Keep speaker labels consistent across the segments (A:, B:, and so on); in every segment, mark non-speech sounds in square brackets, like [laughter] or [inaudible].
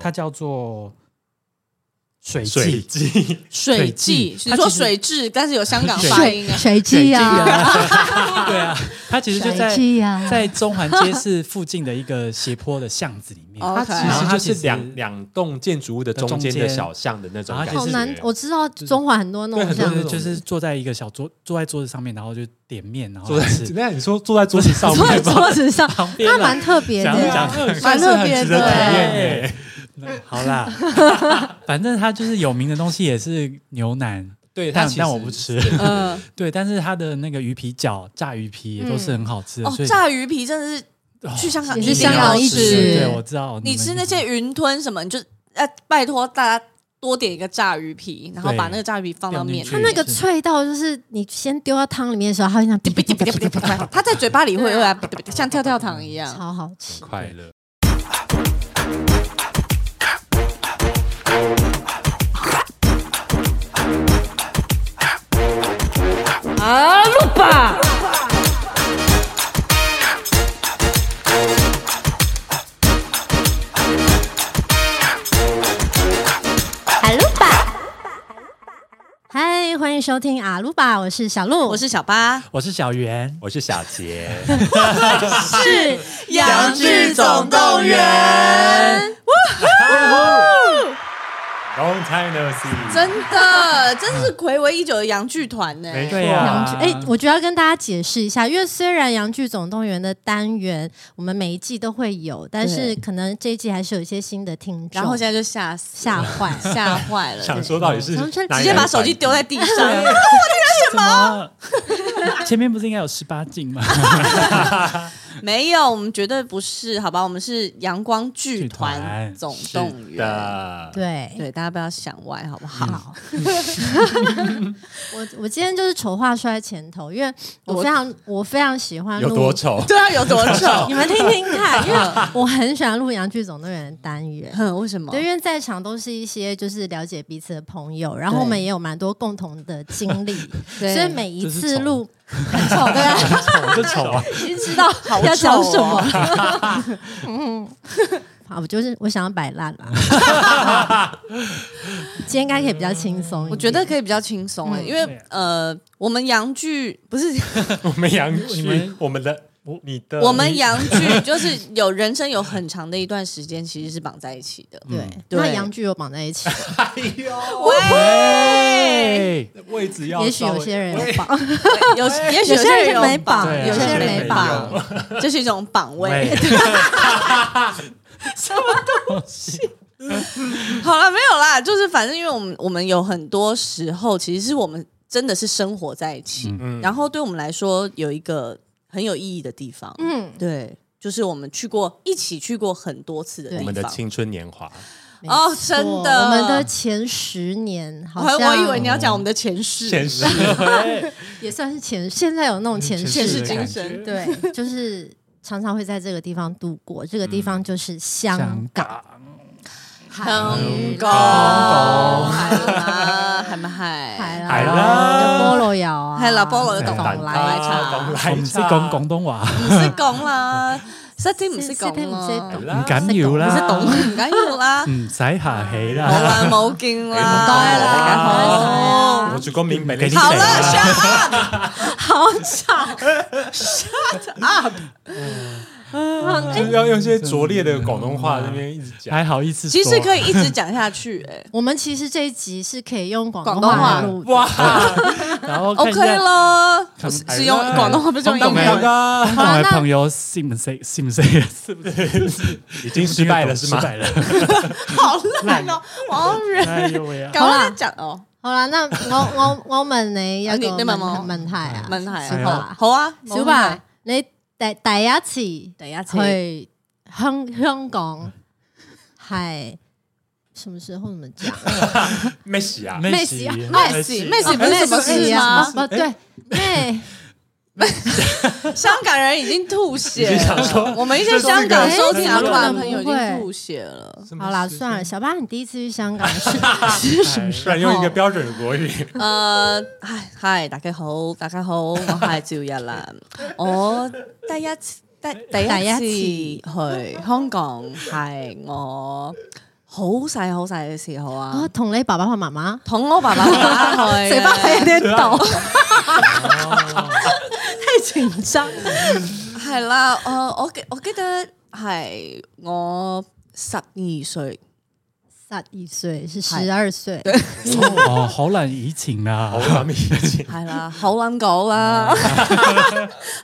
A: 它叫做水
B: 水
A: 记，
B: 记，
A: 水
C: 水
A: 记
C: 记，
A: 它
C: 你说
A: 其实
C: 水质，但是有香港发
A: 水
C: 音啊，
D: 水记啊，
A: 对啊，它其实就在
D: 水记啊，
A: 在中环街市附近的一个斜坡的巷子里面，
C: 哦
A: 它
C: OK
A: 其
B: 然后
A: 实
B: 它
A: 就是其实
B: 两两栋建筑物的中间的小巷的那种
A: 然
B: 感
A: 后
B: 觉，
A: 它
D: 好
A: 其实
D: 难，我知道中华很多那
B: 对
D: 种
B: 很多
D: 像
B: 那
A: 对，
B: 种
A: 就是坐在一个小桌，坐在桌子上面，然后就点面，然后
B: [laughs] 坐在
A: 吃
B: 怎。么样？你说坐在桌子
C: [laughs]
B: 上
D: 坐在
B: 面吗？
D: 桌子上，
A: 旁边
D: 它
A: 啦
D: 蛮特别
A: 讲
D: 的。
A: 讲
C: 蛮特别
B: 值得
C: 的
B: 体
C: 欸。
B: 验欸
A: 那好啦， [laughs] 反正它就是有名的东西也是牛腩，
B: 对，它
A: 但
B: 其实
A: 但我不吃。
C: 嗯，
A: 对，但是它的那个鱼皮饺、炸鱼皮也都是很好吃的，
C: 哦
A: 所，以
C: 炸鱼皮真的是
A: 哦
C: 去香港
D: 也
C: 一
D: 是
C: 定
D: 香港
C: 要
D: 一
C: 吃
D: 直
A: 对，我知道。
C: 你
A: 们
C: 吃那些云吞什么，你就呃拜托大家多点一个炸鱼皮，然后把那个炸鱼皮放到面里
A: 对
D: 它。那 [laughs] 个脆到，就是你先丢到汤里面的时候，它会像哔哔哔哔哔哔哔
C: 它在嘴巴里会有啊，像跳跳糖一样。
D: 超好吃。
B: 快乐。
C: 啊，路吧！
D: 嗨，欢迎收听阿鲁巴，我是小鹿，
C: 我是小八，
A: 我是小圆，
B: 我是小 [laughs] 杰，
D: 是
C: 杨剧总动员，
B: Long time no see，
C: [laughs] 真的，真是暌违已久的洋剧团
A: [laughs]
C: 呢。
B: 没错
A: 对啊
D: 杨剧。哎、我觉得要跟大家解释一下，因为虽然《杨剧总动员》的单元我们每一季都会有，但是
C: 对
D: 可能这一季还是有一些新的听众，
C: 然后现在就吓死
D: 吓
C: 了，
D: 坏了。
C: 吓坏了，
B: 想说到底是
D: 从这
B: 哪里
C: 直接
B: 来的
C: 把手机丢在地
A: [laughs]
C: 上。 [laughs]
A: 什么？ [laughs] 前面不是应该有十八 [laughs] 禁吗？
C: [laughs] 没有，我们绝对不是，好吧？我们是阳光剧
A: 剧
C: 团
A: 团
C: 总
B: 是
C: 动员。
B: 的，
D: 对，
C: 对，大家不要想歪，好不好？
D: 我我今天就是丑话说在前头，因为我
C: 我
D: 非常我非常喜欢
B: 有
D: 录
B: 多
C: [laughs]
B: 丑？
C: 对啊，有多丑 [laughs]
D: 你？们听听看，因为 [laughs] 我很喜欢录《杨剧总动员》的单元。
C: 哼， [laughs] 为什么
D: 对，？因为在场都是一些就是了解彼此的朋友，然后我们也有蛮多共同的经历，
C: [laughs] 对
D: 所以每一次录
C: 很丑对啊，
A: 丑就丑 [laughs] 啊！
D: 已经知道
C: 好
D: 要讲
C: 丑
D: 什么
C: 哦。
D: 嗯， [laughs] 好，我就是我想要摆烂啦。
C: [laughs]
D: 今天应该可以比较轻松一点，
C: 我觉得可以比较轻松哎，
D: 嗯
C: 因为
A: 对啊
C: 呃，我们洋剧不是
B: 我们杨
A: 你
B: 剧
A: 们，
B: 我们的，你的，
C: 我们洋剧，就是有人生有很长的一段时间其实是绑在一起的。
D: 对。
C: 嗯对
D: 那杨剧有绑在一
C: [laughs]
D: 起，
B: 哎呦，
C: 喂，
A: 哎，
B: 位置要
D: 也许
B: 稍微
D: 有些人有绑，
C: 有也许
D: 有些人
C: 有
D: 没绑
A: 对，
C: 有
D: 有
C: 些
D: 些
C: 人
D: 人
C: 没
D: 没
C: 绑
D: 绑。，
C: [laughs] 这是一种绑位。
A: 喂， [laughs]
C: 好了，没有啦，就是反正因为我们我们有很多时候，其实是我们真的是生活在一起，
B: 嗯
C: 然后对我们来说有一个很有意义的地方，
D: 嗯，
C: 对，就是我们去过一起去过很多次的
D: 对
B: 我
C: 地
B: 们的
C: 方。
B: 青春年
C: [laughs]
B: 华，
D: 没
C: 哦
D: 错
C: 真的
D: 我们的前十年
C: 我
D: 好
C: 还
D: 像
C: 我以为你要讲我们的前世，
B: 现实
D: 也算是前，现在有那种前世
C: 前世
D: 的
C: 今
D: 感觉
C: 生
D: 对， [laughs] 就是常常会在这个地方度过。这个地方就是
A: 嗯
D: 香港，
C: 成功，
A: 港
C: 海啦，海不海？
D: 海啦，
A: 海啦
D: 啦，菠萝窑啊，
C: 海啦，菠萝
D: 懂
C: 懂
D: 啦
C: 来
B: 懂
C: 茶，
B: 啊来
A: 我们是讲广东话，
C: 唔识讲啦，識啲唔識
D: 識啲
C: 講
D: 唔
C: 啦
D: 識，
A: 唔緊要
C: 唔識
A: 啦，
C: 懂唔緊要啦。
A: 唔使下氣
C: 好啊
A: 啦。
C: 耐冇見啦，
B: 唔
D: 該啦
C: 大家好
B: 我。只光明白
A: 给你
C: 好
A: 等
C: 了，
A: 啊
C: 下
D: 好吵，
B: [laughs] 就是要用一些拙劣的广东话那边一直讲，
A: 还好意思说，
C: [laughs] 其实可以一直讲下去，哎
D: 我们其实这一集是可以用广
C: 广
D: 东
C: 东话
D: 来录的，
A: 然后看一下
C: ，OK 咯，
A: 看
C: 是是用广东话，不是用
A: 广
C: 英
A: 东
B: [laughs]
C: 文。
A: 话香
D: 好
A: 港的
D: 那
A: 啊朋友信不信？信不信？是不是
B: 已经失败了是吗
A: [laughs] 失？败了。
C: 好烂哦，王
A: [laughs]
C: 源，
A: 哎呦喂啊！
C: 赶快再讲哦，
D: 好啦，那我我我们呢要
C: 啊你
D: 个
C: 你
D: 问
C: 問我
D: 问題啊，
C: 問題
D: 小
A: 係
D: 華
A: 啊，
C: 好啊，
D: 小
C: 冇問題
D: 華，你第第一次
C: 第一次
D: 去香香港係什麼時候？怎麼講？
C: [laughs]
B: 没洗啊，
A: 咩事
D: 事啊
C: 咩
A: 哎
C: 事咩事不
D: 咩
C: 是什么事哎
D: 啊？ [laughs]
C: 吗？
D: 不对，咩
C: 香港人已经吐血
B: 已经想
C: 了
B: 说，
C: 我们一些香港收听
D: 哎
C: 的
D: 怎么可能
C: 朋友已经吐血了。
D: 好啦，算了，小巴，你第一次去香港
C: [laughs]
D: 是
B: 是什么突然用一个标准的国语，
C: 呃，嗨嗨，大家好，大家好，我係趙日蘭，我第一次第第一次去香港係我好細好細嘅時候啊
D: 哦，，同你爸爸或媽媽，
C: 同我爸爸打佢，
D: 嘴巴係有點
C: [laughs]
D: 抖，
C: 哦太緊張。係啦，誒，我記我記得係我十二歲，
D: 十二歲是十二歲，
A: 哦，好难移情啊
B: 好！难以前
C: 係啦，好撚狗 [laughs] 啦，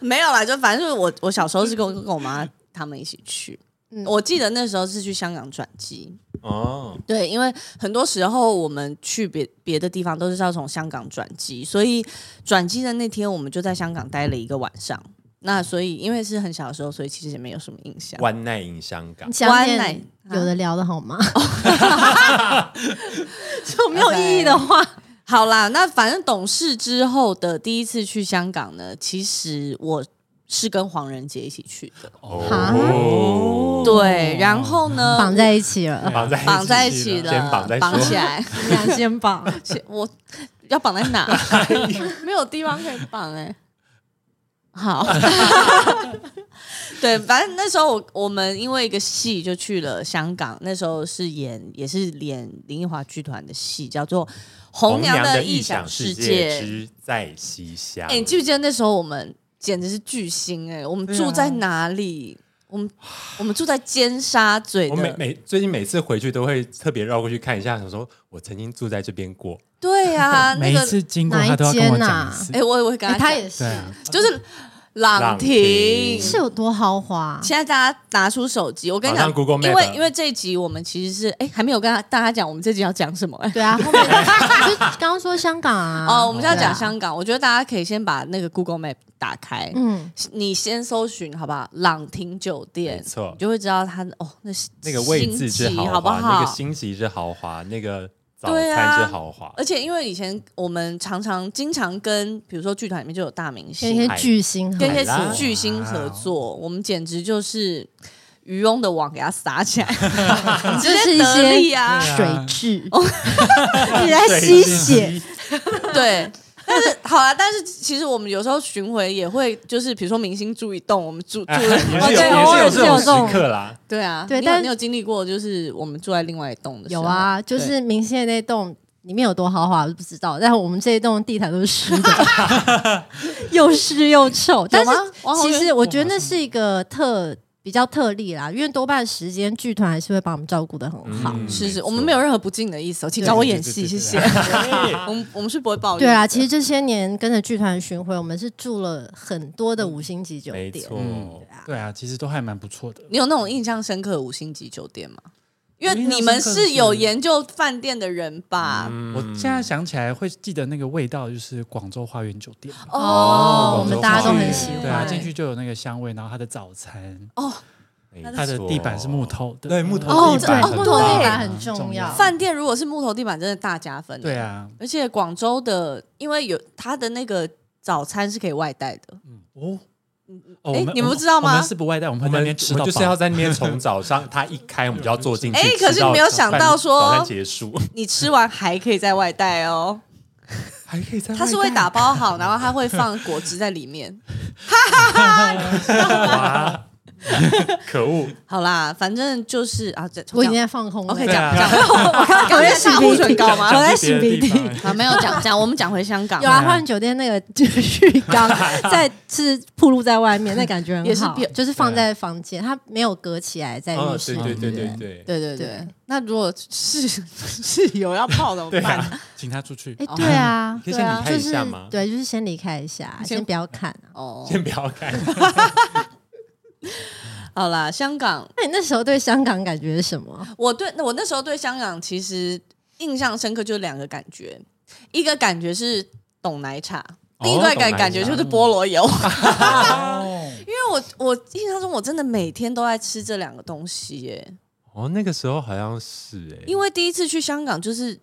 C: 沒有啦，就反正我我小時候是跟我跟我媽他們一起去，
D: 嗯
C: 我记得那时候是去香港转机。
B: [laughs] 哦，
C: 对，因为很多时候我们去别别的地方都是要从香港转机，所以转机的那天我们就在香港待了一个晚上。那所以因为是很小的时候，所以其实也没有什么印
D: [laughs]
C: 象。
B: One Night in 香港
D: 你，想
C: 湾奶
D: 点有的聊的好吗？
C: 哦
D: 就没有
C: OK
D: 意义的话，
C: 好啦，那反正懂事之后的第一次去香港呢，其实我是跟黄仁杰一起去的。
D: 哈
B: 哦，
C: 对，然后呢，
D: 绑在一起
C: [laughs]
D: 了，
B: 绑在
C: 绑在一起
B: 了， [laughs] 先
C: 了，
B: 绑在
C: 绑起来。
D: 两肩膀，
C: 是我要绑在
B: [laughs]
C: 哪？没有地方可以绑哎、好，对，反正那时候我我们因为一个戏就去了香港，那时候是演也是演林奕华剧团的戏，叫做《红娘
B: 娘
C: 的
B: 异
C: 想
B: 想世
C: 界》。
B: 之在西厢
C: 哎、。你记不记得那时候我们简直是巨星哎、我们
D: 啊
C: 住在哪里？我们我们住在尖沙咀
B: 我每
C: 的，
B: 每最近每次回去都会特别绕过去看一下，想说我曾经住在这边过，[laughs]
C: 对啊，那
A: 每一
C: 个
A: 次经过他都要跟我讲一次
C: 哎、，我也会跟
D: 哎
C: 他讲、
D: 他也是
A: 对，啊，
C: 就是朗
B: 朗
C: 廷
B: 廷，
D: 是有多豪华？
C: 现在大家拿出手机，我跟你
B: 马
C: 讲
B: 上 Google Map
C: 因为因为这一集我们其实是哎还没有跟大大家讲我们这集要讲什么哎、 [laughs]
D: 对啊，后面就刚刚说香港啊，
C: 哦，我们现在讲
D: 对啊，
C: 香港，我觉得大家可以先把那个 Google Map 打开，
D: 嗯，
C: 你先搜寻好不好？朗廷酒店
B: 没，错
C: 你就会知道它哦，那是
B: 那个位置之
C: 星级
B: 豪华，
C: 好不
B: 那
C: 好？
B: 个星级之豪华，那个早
C: 对啊
B: 餐之豪华，
C: 而且因为以前我们常常经常跟比如说剧团里面就有大明
D: 跟
C: 星
D: 一，些
B: 海
D: 巨星合
C: 跟一
B: 海
C: 些
B: 拉
C: 巨星合作，我们简直就是渔翁的网给它撒起来，
D: 就
C: 直
D: 是一
C: 接得利
D: 些
C: 啊！
D: 水蛭，
C: 哦
D: [laughs]
C: [laughs]
D: 你在哎吸血，
C: 对，但是好啦，但是其实我们有时候巡回也会，就是比如说明星住一栋，我们住住
B: 哎
C: 了，
B: 也是有
C: 哦
B: 也
C: 对，偶尔
B: 是有
D: 偶尔
B: 这种
D: 是有这种
B: 时刻啦，
C: 对啊，
D: 对
C: 你有
D: 但
C: 你有经历过，就是我们住在另外一栋的时
D: 有
C: 候，
D: 啊，就
C: 对
D: 是明星的那栋里面有多豪华我就不知道，但我们这一栋地毯都是湿的，
C: [laughs]
D: 又湿又臭。但是
C: 吗王宏
D: 其
C: 源
D: 实我觉得那是一个特比较特例啦，因为多半时间剧团还是会把我们照顾的很好。
B: 嗯
C: 是是，
B: 没错
C: 我们没有任何不敬的意思哦，请找我演戏，谢谢。我们我们是不会抱怨的。
D: 对啊，其实这些年跟着剧团巡回，我们是住了很多的五星级酒
B: 没
D: 店，
B: 错，
A: 嗯，对啊，其实都还蛮不错的。
C: 你有那种印象深刻的五星级酒店吗？因为
A: 我印象
C: 你们
A: 深刻的
C: 是
A: 是
C: 有研究饭店的人吧？
A: 我现在想起来会记得那个味道，就是广州花园酒店。
D: 哦
B: 我们大家都很喜欢
A: 对啊，进去就有那个香味，然后它的早餐，
C: 哦，
B: 没
A: 它的
B: 错
A: 地板是木，头的，
B: 对木头
D: 哦
B: 地板
D: 对
B: 很
D: 木头
B: 棒
D: 地板哦很重要
C: 饭店如果是木头地板，真的大加分。欸
A: 对，啊，
C: 而且广州的，因为有它的那个早餐是可以外带的，
A: 哦，哦，
C: 诶
A: 我们
C: 你们
A: 我
C: 不知道
A: 我
C: 吗
A: 们是不外带，我们
B: 我
A: 会在
B: 们
A: 那边吃
B: 我
A: 到饱，
B: 们就是要在那边从早上它一开，我们就要坐进去。
C: 哎
B: 吃到
C: 可是没有想到说
B: 早餐结束，
C: 你吃完还可以再外带 [laughs] 哦。
B: 还可以再
C: 它是会打包好，然后它会放果汁在里 [laughs] 面。
B: 哇， [laughs] 可恶！
C: 好啦，反正就是啊，这
D: 我已经在放空了。
C: OK
A: 对
C: 讲
A: 啊
C: 讲， [laughs] 我刚刚在打护唇膏吗？
D: 我在
A: 讲去别的
D: 擤鼻涕
A: 地方
C: 啊，没有讲讲，我们讲回香港
D: 有啊，花园酒店那个就是浴缸
C: [laughs]
D: 在是铺露在外面，那感觉很好，啊
C: 也是变
D: 就是放在房间，它没有隔起来在浴
B: 哦，
D: 室
B: 对
D: 里。
B: 对对对对，
C: 对对对啊
D: 对，
C: 那如果 [laughs] 室室友要泡怎么
B: 对
C: 办？
B: 啊，
A: 请他出
D: [laughs]
A: 去。
D: 哎，对啊，
B: 可以先离开
D: 就
B: 一
D: 是
B: 下吗？
D: 对，就是先离开一下，
C: 先
D: 先不要看啊。
C: 哦，
B: 先不要开，
C: 好啦，香港
D: 那你那时候对香港感觉是什么？
C: 我对我那时候对香港其实印象深刻，就两个感觉，一个感觉是懂奶茶，
B: 哦
C: 另外一
B: 懂奶
C: 个
B: 茶
C: 感觉就是菠萝油。 [laughs]
A: 哦，
C: 因为我我印象中我真的每天都在吃这两个东西耶，
B: 哦，那个时候好像是哎，
C: 因为第一次去香港就是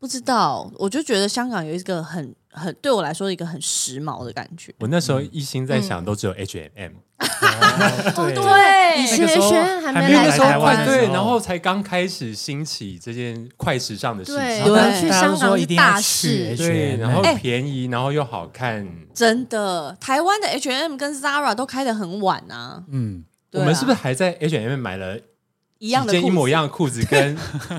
C: 不知道，我就觉得香港有一个很很对我来说一个很时髦的感觉。
B: 我那时候一心在想，都只有 H M M，
A: 对
D: 对以
A: 那个时
D: 前
A: 候
D: 学院还
A: 还
D: 没
A: 没有
D: 来
A: 来台
D: 台
A: 湾
D: 湾
A: 的时
D: 的
A: 候
D: 时候，
B: 对，然后才刚开始兴起这件快时尚的事
D: 对，
B: 情，
D: 我们
C: 对
D: 去
A: 大家
D: 香
A: 都说
D: 港
A: 一
D: 是
A: 定要
D: 大
A: 去
D: 事，
B: 对，
A: H&M
B: 然后
C: 哎
B: 便宜，然后又好看。
C: 真的，台湾的 H&M H M 跟 Zara 都开得很晚啊。
A: 嗯，
C: 对
B: 我
C: 啊
B: 们是不是还在 H&M 买了
C: 一样的
B: 一件一
C: 裤
B: 模
C: 子
B: 一样的裤子，跟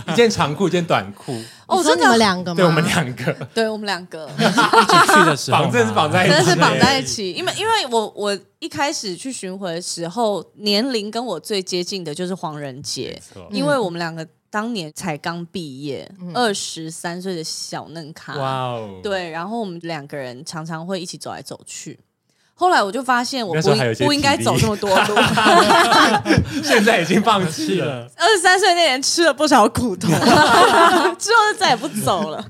B: 一件长裤，一件短
C: [laughs]
B: 裤，
C: 哦，
D: 你说
C: 真
D: 你们
C: 的，
D: 两个吗？
B: 对我们两个
C: 对我们两个
A: 起去的时候嘛，
B: 绑哎真的是绑在一
C: 真
B: 起，
C: 的是绑在一起，因为因为我我一开始去巡回的时候，年龄跟我最接近的就是黄仁杰，
B: 错
C: 因为我们两个当年才刚毕业，二十三岁的小嫩咖，
B: 哇哦，，
C: 对，然后我们两个人常常会一起走来走去。后来我就发现我
B: 那时
C: 不
B: 候还有一
C: 应
B: 些
C: 不应该
B: 体力
C: 走这么多
B: [laughs]
C: 路，
B: 现在已经放
A: 是
B: 弃
C: [laughs]
B: 了。
A: 了，
C: 二十三岁那年吃了不少苦头， [laughs] 之后就再也不走了。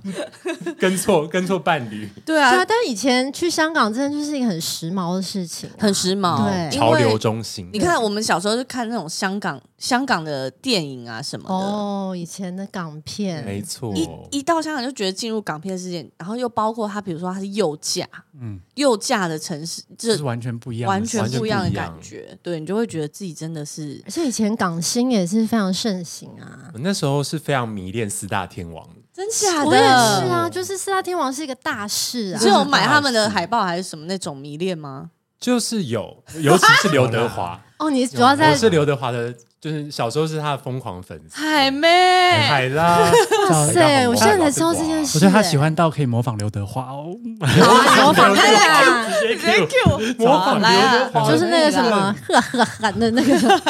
B: 跟错跟错伴侣，
C: 对
D: 对啊，
C: 啊，
D: 但以前去香港真的就是一个很时髦的事情啊、
C: 很时髦，
D: 对
C: 因为
B: 中心
C: 你看，我们小时候就看那种香港香港的电影啊什么的，
D: 哦，以前的港片，
B: 没错，
C: 一一到香港就觉得进入港片世界，然后又包括它，比如说它是右驾，
A: 嗯，
C: 右驾的城市，
A: 这
C: 这
A: 是完全不一样的
C: 完
A: 事情，
C: 全不一样的
B: 完全不一样
C: 感觉。对你就会觉得自己真的是
D: 而且以前港星也是非常盛行啊。
B: 我那时候是非常迷恋四大天王，
C: 真假
D: 我也是
C: 的。
D: 啊，就是四大天王是一个大事啊
C: 只。有买他们的海报还是什么那种迷恋吗？
B: 就是有，尤其是刘德
C: [laughs]
B: 华，
D: 哦，你主要在
B: 我是刘德华的，就是小时候是他的疯狂粉丝，
C: 海
B: 海
C: 妹， [laughs]
B: 啦，
D: 哇塞，我现在才知道这件事。欸
A: 我觉得他喜欢到可以模仿刘德华哦，
D: 哎模仿他啊，
C: 直接 Q 模
B: 仿
C: 来
B: 刘
C: 啊
B: 德，华
D: 就是那个什么呵呵呵的那个，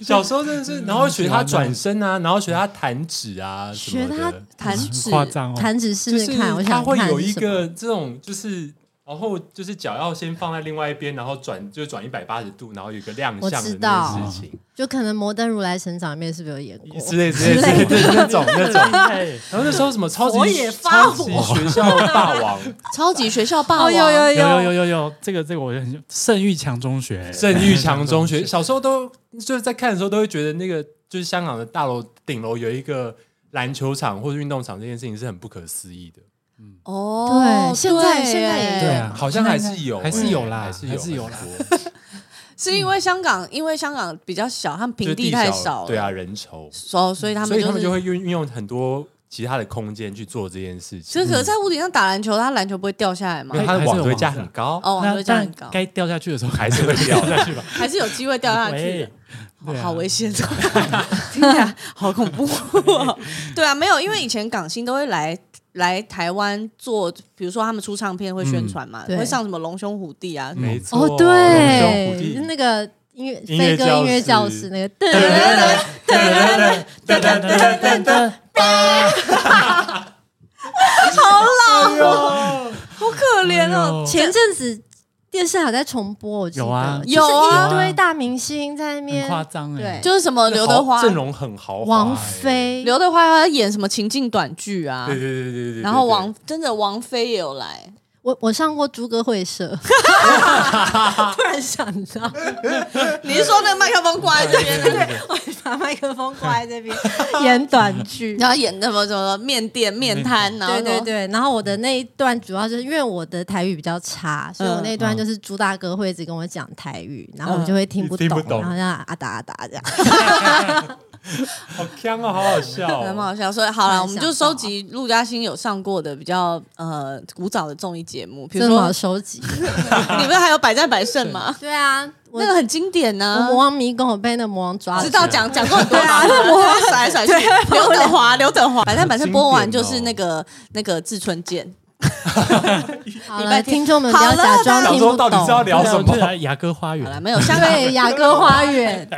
B: 小时候真的是，嗯然后学他转身啊，然后学他弹指啊，什么的
D: 学他
C: 弹指
A: 很夸张哦，
D: 弹指试
B: 就
D: 试
B: 是
D: 看，我
B: 他
D: 想
B: 会
D: 看
B: 有一
D: 是什么。
B: 个这种就是。然后就是脚要先放在另外一边，然后转就转一百八十度，然后有一个亮相
D: 我知
B: 的
D: 道
B: 那件事情
D: 就可能《摩登如来神掌》里面是不是有演过？
B: 之类之类之类的那 [laughs] 种
A: [laughs]
B: 那种。
A: 哎
B: 然后那时候什么超
C: 佛
B: 级
C: 也发
B: 超级学校霸王
C: 超级学校霸
D: 哦，
C: 王，
D: 有有
A: 有有有
D: 有，
A: 有有，这个这个我就很圣育强中学，
B: 郑玉强中学，小时候都就是在看的时候都会觉得那个就是香港的大楼顶楼有一个篮球场或者运动场这件事情是很不可思议的，
C: 哦，
D: 对现在
C: 对
D: 现在也有
A: 对啊，
B: 好像还是有，
A: 还是有啦，
B: 还
A: 还
B: 是
A: 是
B: 有，
A: 有啦。
B: 很多，
C: 是因为香港，因为香港比较小，他
B: 嗯就
C: 们平
B: 是
C: 地
B: 地
C: 太
B: 少，
C: 少了，
B: 对啊，，人稠，
C: 所所以他们
B: 所以
C: 就是
B: 他们就会运运用很多其他的空间去做这件事
C: 所
B: 情，
C: 以
B: 嗯
C: 可是在屋顶上打篮球，他篮球不会掉下来吗
B: 因？为它的
A: 还是有
B: 网都会架
A: 网啊上
B: 很高，
C: 哦，网
A: 那
C: 球架
A: 但
C: 很高，
A: 该掉下去的时候
B: 还是会掉
A: 下去吧。
C: 还是有机会 [laughs] 掉下去的
A: 喂。
C: 好
A: 对啊
C: 好
B: [laughs]
C: 危险，听起来好恐怖、哦。对啊，没有，因为以前港星都会来来台湾做，比如说他们出唱片会宣传嘛，
D: 嗯对
C: 会上什么龙兄虎弟啊，
B: 嗯没错，
D: 哦，
B: 龙兄虎
D: 对，
B: 弟
D: 那个音乐
B: 音乐
D: 飞哥音乐教
B: 教
D: 室
B: 室
D: 那个，
C: 好可怜哦。
D: 前阵子电视还在重播，我记得
A: 有啊
D: 就是
C: 有啊
D: 一堆大明星在那
A: 很夸
D: 边，
A: 张
D: 对
A: 哎，
C: 就是什么刘德华，
B: 阵容很豪华，
D: 王
B: 哎，
D: 菲，
C: 刘德华他演什么情境短剧啊
B: 对，对对对对对对，
C: 然后
B: 对
C: 王真的王菲也有来，
D: 我我上过猪哥会社，突然想到，
C: 你是说那个麦克风挂在
D: [laughs]
C: 这边那个？
D: 我把麦克
C: [laughs]
D: 风挂在这边演短剧。
C: 然后演那么什么面店面摊，然后
D: 对
C: 什么
D: 对对，然后我的那一段主要就是因为我的台语比较差，所以我那一段就是猪大哥会一直跟我讲台语，然后我就会听不
B: 听
D: 懂，
B: 不懂
D: 然后像啊达啊达这样。
B: 好香哦，好好笑
C: 还蛮
B: 哦，
C: 好笑，所以好啊
D: 突然
C: 了，我们就收集陆嘉欣有上过的比较呃古早的综艺节目，比如
D: 这么好
C: 说
D: 收集？？
C: [laughs] 你不是还有《百战百胜》 [laughs] 吗
D: 对啊， [laughs] 我
C: 那个很经典
D: 我
C: 呢
D: 魔、王迷宫，我被那魔王抓了，
C: 知道讲讲过很多 [laughs] 啊，我甩来甩去，刘德华， [laughs] 刘德华，《百战百胜》播完就是那
D: 哦
C: 个那个志村健，
D: 好
C: 礼
D: 了，
C: 拜天
D: 听众们不要假装
B: 想
D: 听
B: 说
D: 不
B: 到底是要
D: 懂。
B: 聊什么
A: 对？啊？雅歌花
C: 好了，
A: 园，
C: 没有香港
D: 对，雅歌花园，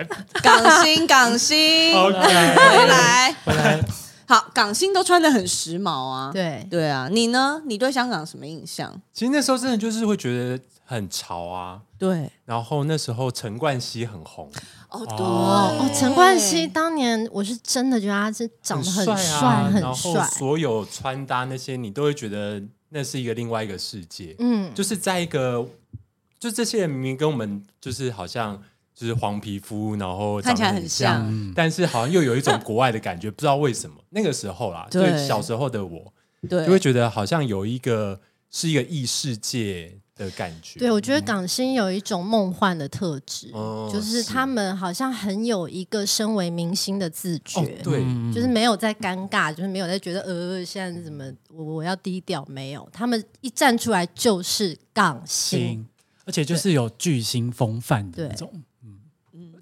C: 港星
D: [laughs]
C: 港星
B: OK，
C: 回来，
A: 回来
C: 好，港星都穿的很时髦啊，
D: 对，
C: 对啊，你呢？你对香港什么印象？
B: 其实那时候真的就是会觉得很潮啊。
C: 对，
B: 然后那时候陈冠希很红，
C: 哦对，
A: 哦
D: 哦，陈冠希当年我是真的觉得他是长得很帅，
B: 啊，
D: 很
B: 然后
D: 帅，
B: 所有穿搭那些，你都会觉得那是一个另外一个世界，
D: 嗯，
B: 就是在一个，就这些人明明跟我们就是好像就是黄皮肤，然后
C: 看起来
B: 长得
C: 很
B: 很
C: 像
A: 嗯
B: 但是好像又有一种国外的感
D: [laughs]
B: 觉，不知道为什么。那个时候啦，
C: 对
B: 对小时候的我，
C: 对，
B: 就会觉得好像有一个是一个异世界的感觉。
D: 对，我觉得港星有一种梦幻的特质，
B: 哦
D: 就是他们好像很有一个身为明星的自觉，
B: 哦，对，
A: 嗯
D: 就是没有在尴尬，就是没有在觉得呃现在怎么我我要低调，没有，他们一站出来就是港星，
A: 行，
B: 而
A: 而且就是有巨星风范的
D: 对
A: 那种，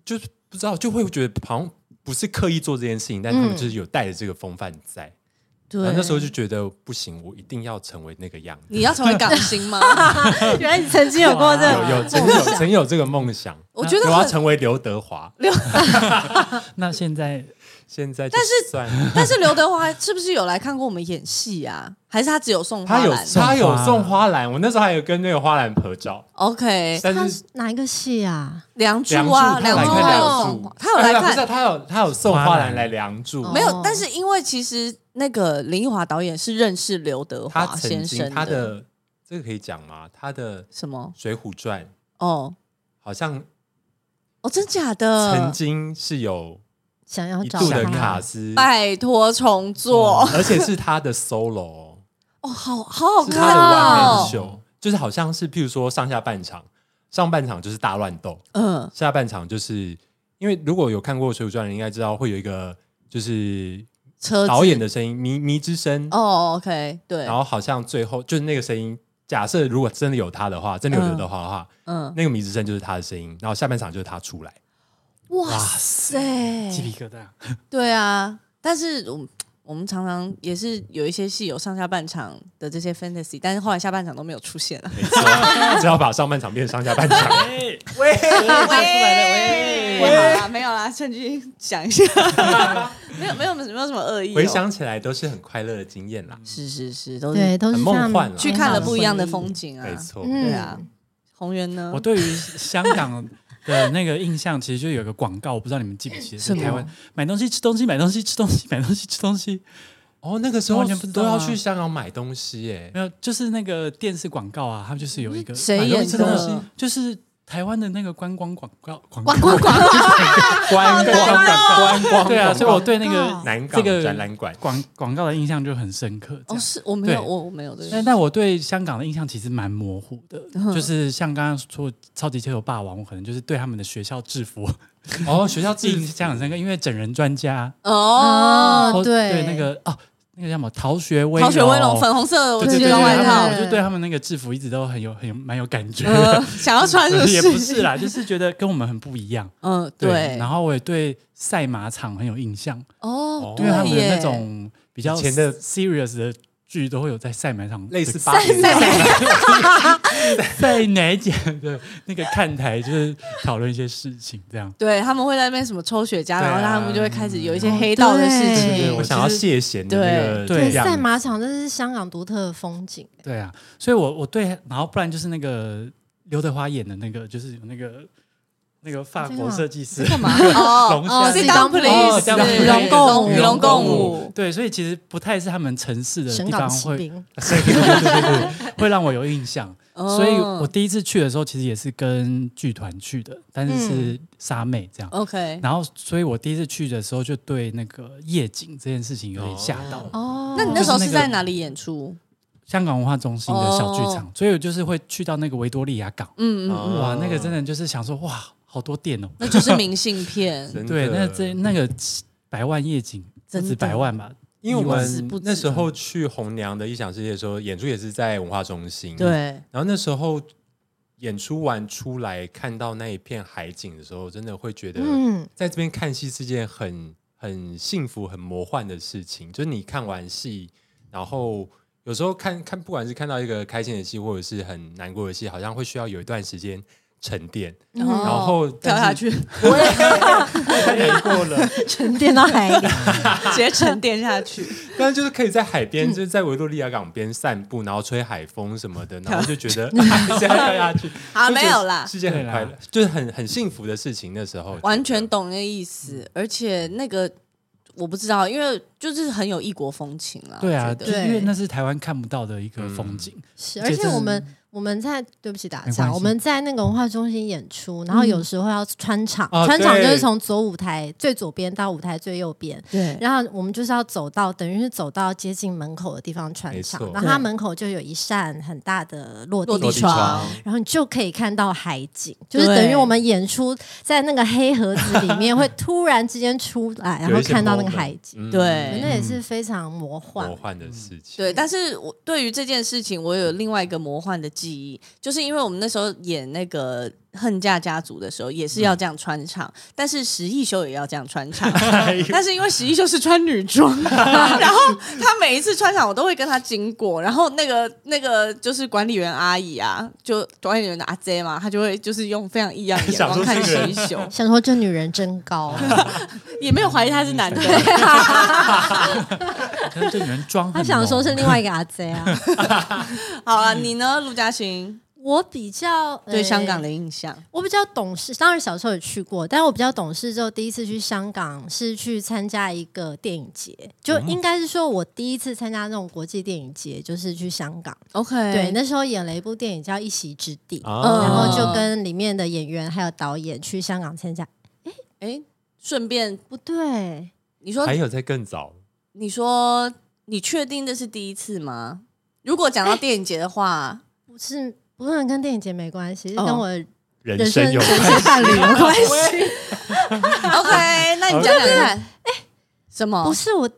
B: 就是不知道就会觉得好像不是刻意做这件事情，但他们
D: 嗯
B: 就是有带着这个风范在。
C: 对
B: 然啊后那时候就觉得不行，我一定要成为那个样子。
C: 你要成为港星吗？
B: [laughs]
D: 原来你曾经有过这
A: 哇
B: 有
D: 个
B: 有曾有曾有这个梦想，
C: 我觉得
B: 我要
C: 很，
B: 成为刘德华。
A: 那现在
B: 现在
C: 但
B: 是算了
C: 但是刘德华是不是有来看过我们演戏啊？还是他只有送花
B: 他有
C: 篮
B: 他有送
A: 送
B: 花篮，我那时候还有跟那个花篮合照，
C: ？OK，
B: 但
D: 他
B: 是
D: 是哪一个戏啊？
C: 梁
B: 梁
C: 祝
B: 祝
C: 啊，
B: 他
C: 梁
B: 来
C: 祝
B: 看
C: 还
B: 梁
C: 有
B: 祝
C: 送，，他有来
B: 啊不是
C: 看，
B: 他有他有送花篮来梁祝，
D: 花篮
C: 没有
D: 哦？
C: 但是因为其实那个林奕华导演是认识刘德
B: 他
C: 华
B: 曾
C: 先
B: 经
C: 生
B: 他的这个可以讲吗？他的《
C: 什么？
B: 水浒传》
C: 哦
B: 好像
C: 哦，真假
B: 曾
C: 的？
B: 经是有
D: 想要
B: 一
D: 找
B: 度的
D: 他
B: 卡斯，
C: 拜哦托重做
B: 而且是他的 solo，哦
C: 哦，好好好
B: 是他的
C: 看
B: 万
C: 哦
B: 人，秀，就是好像是譬如说上下半场，上半场就是大乱斗，
C: 嗯，
B: 下半场就是因为如果有看过《水浒传》，的人应该知道会有一个就是
C: 车子
B: 导演的声音迷迷之声，
C: 哦，OK，对，
B: 然后好像最后就是那个声音。假设如果真的有他的话，真的有刘德华的话，
C: 嗯，
B: 那个迷之声就是他的声音，然后下半场就是他出来。
C: 哇塞，
A: 鸡皮疙瘩，
C: 对啊，但是我们我们常常也是有一些戏有上下半场的这些 fantasy，但是后来下半场都没有出现
B: [laughs]
C: 啊。
B: 没错，只要把上半场变成上下
C: [laughs]
B: 半
C: 哎
B: 场。
A: [laughs] 喂哎喂，唱出来了
C: 没
A: 喂。
C: 有啦，没有啦，趁机想一下， [laughs] 没有没有没有什么恶意、哦
B: 回，想起来都是很快乐的经验啦。
C: 是是是，都
D: 对，
C: 是
D: 都是
B: 很梦
D: 非常
B: 幻啦啊
C: 去看了不一样的风景啊。
B: 没错，
D: 嗯
C: 对啊，红源呢
A: 我？对于香港的那个印象，其实就有一个广告，我不知道你们记不记得？
C: 什
A: 在
C: 么
A: 台湾买东西吃东西，买东西吃东西，买东西吃东西，
B: 哦，那个时候
A: 完全不知
B: 都
A: 道啊
B: 要去香港买东西耶。
A: 没有，就是那个电视广告啊，它就是有一个
C: 谁
A: 买东西
C: 演
A: 吃东
C: 的
A: 西，就是台湾的那个观光广告，广
D: 观光广告，
B: 观光观光
A: 对啊，所以我对那
D: 广
A: 个
B: 南
A: 这
B: 港
A: 个
B: 展览馆
A: 广广告的印象就很深刻。这
C: 哦，
A: 样
C: 是我没有，
A: 对
C: 我我没有这
A: 但
C: 个。
A: 但我对香港的印象其实蛮模糊的，
C: 嗯
A: 就是像刚刚说超级街头霸王，我可能就是对他们的学校制服
B: 哦，学校
A: [laughs]
B: 自
A: 印
B: 己
A: 象很深刻，因为整人专家，
C: 哦，
A: 哦
D: 对
A: 对那个哦那个叫什么逃学威
C: 逃学威龙，粉红色
A: 对
C: 我
A: 哦对
C: 记
A: 对
C: 得
A: 对，
C: 外
A: 他
C: 套
A: 们，我就对他们那个制服一直都很有很有蛮有感觉的，
C: [laughs] 呃，想要穿是
A: 也不是啦，就是觉得跟我们很不一样。
C: 嗯，
A: 对，
C: 对
A: 然，后我也对赛马场很有印象，
C: 哦，
A: 因为他们
C: 对耶
A: 的那种比较
B: 以前的
A: serious 的剧都会有在赛马场
B: 类似八点
C: 赛
B: 档，
A: [laughs] 在奶姐的那个看台，就是讨论一些事情这样。
C: 对他们会在那边什么抽雪茄，
B: 对啊
C: 然后他们就会开始有一
A: 哦
C: 些黑道的事
D: 对
A: 对
C: 情。
B: 我想要谢贤的那个
A: 对
D: 对，
B: 样
D: 赛
B: 子，
D: 马场真是香港独特的风景。
A: 对啊，所以我我对，然后不然就是那个刘德华演的那个，就是有那个那个法国设计师
C: 干嘛？
A: 龙
C: 哦，
A: 虾
D: 是
C: 是
D: 当
C: 当
A: police，
C: police
A: 与
D: 龙共舞
C: 与龙共舞。
A: 对，所以其实不太是他们城市的
D: 神
A: 地
D: 港
A: 方
D: 骑
A: 会
D: 兵，
A: 会让我有印象，
C: 哦
A: 所以我第一次去的时候，其实也是跟剧团去的，但是是沙妹这样。
C: OK，
A: 然后，所以我第一次去的时候，就对那个夜景这件事情有点吓到。
D: 哦，
C: 那你那时候
A: 就是是那个
C: 在哪里演出？
A: 香港文化中心的小剧场，所以我就是会去到那个维多利亚港，
C: 嗯嗯，
A: 哇，那个真的就是想说，哇，好多店哦，
C: 那就是明信
A: [laughs]
C: 片
B: 真的嗯
A: 对，那这那个百万夜景，不
C: 真的
A: 止百万吧，
B: 因为我
C: 不止不
B: 们
C: 止
B: 那时候去红娘的异想世界的时候，演出也是在文化中
A: 嗯
B: 心。，
C: 对，
B: 然后那时候演出完出来，看到那一片海景的时候，真的会觉得，
D: 嗯，
C: [laughs]
B: 在这边看戏是件很很幸福、很魔幻的事情。就是你看完戏，然后有时候看看，不管是看到一个开心的戏，或者是很难过的戏，好像会需要有一段时间沉淀。然
D: 嗯
B: 后
C: 哦跳
A: [laughs]
C: 下去，
B: 太难过了，
D: 沉淀到海里，
C: 直接沉淀
A: [laughs]
C: 下去。
B: [laughs] 但是就是可以在海边，就是在维多利亚港边散步，然后吹海风什么的，然后就觉得啊现在跳下去
C: 好，
B: 就觉
C: 啊没
B: 得
C: 有啦，
B: 是件很快乐，就是很很幸福的事情。那时候
C: 完全懂那个意思，而且那个我不知道，因为就是很有异国风情啦。
A: 对啊，
C: 我觉
A: 就是
C: 得
D: 哦对
A: 因为那是台湾看不到的一个风景，
B: 嗯
D: 是，
A: 而
D: 而
A: 且
D: 且
A: 这
D: 我
A: 是
D: 们我们在对不起打
A: 没
D: 岔，
A: 关
D: 我
A: 系
D: 们在那个文化中心演出，然后有时候要穿场，
B: 哦
D: 穿场就
B: 对
D: 是从左舞台最左边到舞台最右边，
C: 对，
D: 然后我们就是要走到等于是走到接近门口的地方穿
B: 没
D: 场
B: 错，
D: 然后它
C: 对
D: 门口就有一扇很大的落
C: 落
D: 地
C: 地
B: 落地
D: 窗。
B: 窗
D: 然后你就可以看到海景，就是
C: 对
D: 等于我们演出在那个黑盒子里面会突然之间出来，然
B: 有
D: 后
B: 一些
D: 看到那
B: moment
D: 个海景。
B: 嗯
C: 对
D: 对，那也是非常魔幻
B: 魔。幻的事情。嗯
C: 对，但是我对于这件事情，我有另外一个魔幻的记忆，就是因为我们那时候演那个《恨嫁家族》的时候，也是要这样穿场，但是石一修也要这样穿
B: [laughs]
C: 场，但是因为石一修是穿女装， [laughs] 然后他每一次穿场，我都会跟他经过，然后那个那个就是管理员阿姨啊，就管理员的阿 J 嘛，他就会就是用非常异样的眼光
B: 想说
C: 看
B: 这个
C: 石
B: 人
C: 一修，
D: 想说这女人真高，
C: [laughs]
D: 啊
C: 也没有怀疑他是男的。
A: 可是这女人妆，
D: 他想说是，另外一个阿 Z 啊。
C: 好了，你呢，陆嘉欣？
D: [laughs] 我比较
C: 对香港，的
D: 呃
C: 印象，
D: 我比较懂事。当然小时候也去过，但我比较懂事之后，第一次去香港是去参加一个电影节，就应该是说我第一次参加那种国际电影节，就是去香港。
C: OK，
D: 对，哦那时候演了一部电影叫《一席之地》，
B: 啊
D: 嗯然后就跟里面的演员还有导演去香港参加。
C: 哎，顺便
D: 不对，
C: 你说
B: 还，有在更早，
C: 你说你确定这是第一次吗？如果讲到电影节的话，
D: 不是，不能跟电影节没关系，是跟
C: 哦
D: 我
B: 人
D: 人生
B: 生有
D: 人
B: 关 [laughs]
D: 生伴侣有关系。
C: [laughs] OK，那你讲讲看，哎，什么？
D: 不是我，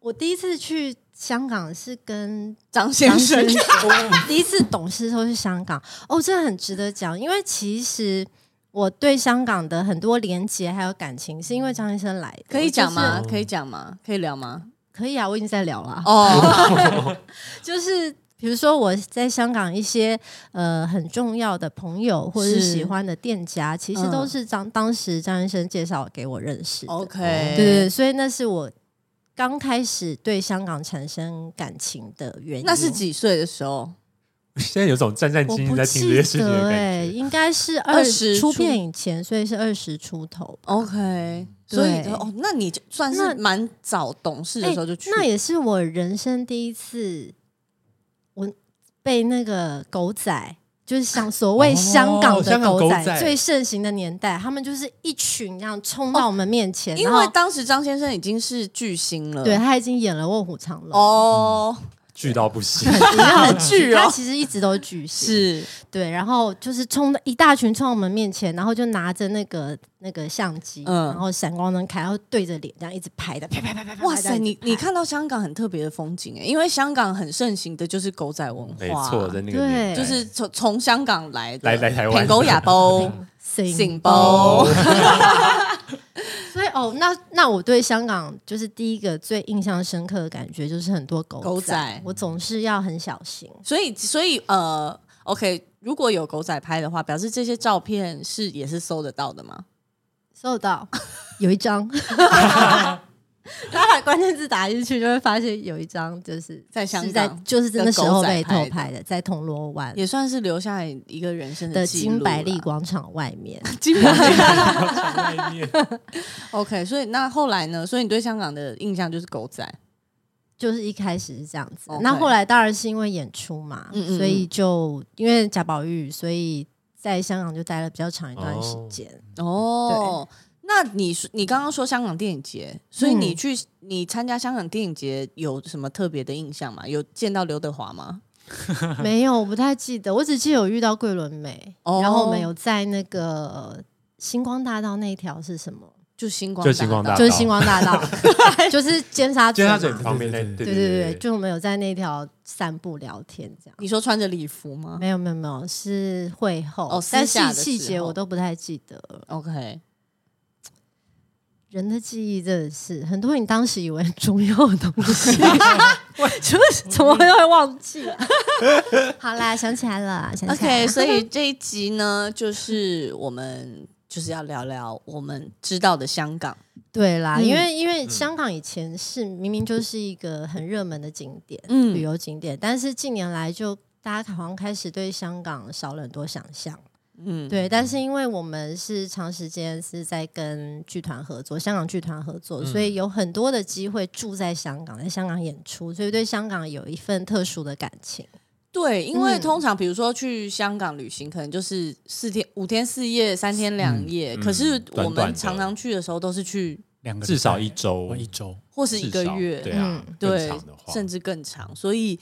D: 我第一次去香港是跟
C: 张先生，
D: 张第一次懂事的时候去香港，哦，这很值得讲，因为其实我对香港的很多连结还有感情，是因为张先生来的，
C: [laughs] 可以讲
D: 就是
C: 吗？可以讲吗？可以聊吗？
D: 可以啊，我已经在聊了啊，
C: 哦，
D: 就是。比如说我在香港一些呃很重要的朋友或者是
C: 是
D: 喜欢的店家，其实都
C: 嗯哦
D: 是张、当时张先生介绍给我认识的。
C: [laughs] OK，
D: [laughs] 对对对，所以那是我刚开始对香港产生感情的原因。
C: 那是？几岁的时候？
B: 现在有种战战
D: 我
B: 兢兢
D: 不
B: 在听这
D: 记
B: 些事情
D: 得
B: 的
D: 哎、
B: 感觉。
D: 应该是
C: 二
D: 二
C: 十
D: 十出
C: 出
D: 片以前，所以是二十出头吧。
C: OK，所以
D: 对
C: 哦，那你就算是
D: 那
C: 蛮早懂事的时候就去，
D: 哎那也是我人生第一次，我被那个狗仔。就是
C: 啊
D: 像所谓
B: 哦
D: 香港的
B: 香港
D: 狗
B: 狗
D: 仔
B: 仔
D: 最盛行的年代，他们就是一群这样冲到我们面前，
C: 哦因
D: 然后
C: 为当时张先生已经是巨星了，
D: 对他已经演了《卧虎藏龙》，
C: 哦，
B: 巨到不行，
C: [laughs]
D: 很
C: 巨哦
D: 他其实一直都巨星，
C: [laughs] 是
D: 对，然后就是冲的一大群冲到我们面前，然后就拿着那个那个相机，
C: 嗯
D: 然后闪光灯开，然后对着脸这样一直拍的，啪啪啪啪啪。
C: 哇塞，你你
D: 看。
C: 看到香港很特别的风景哎、因为香港很盛行的就是狗仔文化，
B: 没错，在那个
D: 对
B: 年代
C: 就是从从香港来的
B: 来来台湾
C: 舔狗
B: [laughs]
C: 哑包、
D: 醒
C: 醒包，
D: 所以哦，那那我对香港就是第一个最印象深刻的感觉就是很多狗
C: 狗仔
D: 仔我总是要很小心。
C: 所以所以呃，OK，如果有狗仔拍的话，表示这些照片是也是搜得到的吗？
D: 收到，有一
C: [laughs]
D: 张，大家把关键字打进去就会发现有一张就是
C: 在香
D: 是
C: 港
D: 就是那时
C: 的狗
D: 候
C: 仔
D: 被
C: 拍
D: 偷
C: 的
D: 拍的，在铜锣湾
C: 也算是留下来一个人生
D: 的
C: 记录
D: 金
C: 啦
D: 百利
C: [laughs]
D: [laughs] 广场外面。
C: 金百利。
A: 外面
C: OK，所以那后来呢？所以你对香港的印象就是狗仔，
D: 就是一开始是这样子
C: OK
D: 那后来当然是因为演出嘛，
C: 哦嗯嗯嗯
D: 所以就因为贾宝玉，所以在香港就待了比较长一段时间。
C: 哦，那你说你刚刚说香港电影节，所以
B: 嗯
C: 你去、你参加香港电影节有什么特别的印象吗？有见到刘德华吗？
D: 没有，我不太记得，我只记得有遇到桂纶镁
C: 哦
D: 然后我们有在那个星光大道那一条是什么？
C: 就星光
B: 就
C: 大
B: 星光
C: 道
B: 大
D: 就是星光大道，就是尖沙咀
B: 尖沙
D: 嘛。
B: 咀旁边那
A: 对
D: 对对对，就我们有在那条散步聊天这样。
C: 你说穿着礼服吗
D: 没有没有没有，是会后，
C: 哦私
D: 但
C: 下
D: 细
C: 的
D: 细
C: 时
D: 节
C: 候
D: 我都不太记得了。
C: ？OK，
D: 人的记忆真的是很多你当时以为很重要的东
C: [laughs]
D: 西， [laughs] 就是怎么会忘记、啊？好啦，想起来了，啊想起来
C: OK，
D: 了。
C: 所以这一集呢，就是我们就是要聊聊我们知道的香港。
D: [laughs] 对啦，
C: 嗯
D: 因为因为香港以前是明明就是一个很热门的景点，
C: 嗯
D: 旅游景点，但是近年来就大家好像开始对香港少了很多想象。
C: 嗯，
D: 对，但是因为我们是长时间是在跟剧团合作，香港剧团合作，所以有很多的机会住在香港，在香港演出，所以对香港有一份特殊的感情。
C: 对，因为
D: 嗯
C: 通常比如说去香港旅行，可能就是四天、五天四夜、三天两夜。
B: 嗯
C: 可是
B: 短
C: 我
B: 短
C: 们
B: 的
C: 常常去的时候，都是去
A: 两个礼拜
B: 至少一周
A: 我，一周，
C: 或是一个
B: 至少
C: 月，
B: 对啊，
D: 嗯
B: 更
C: 对
B: 长的话，
C: 甚至更长。所以，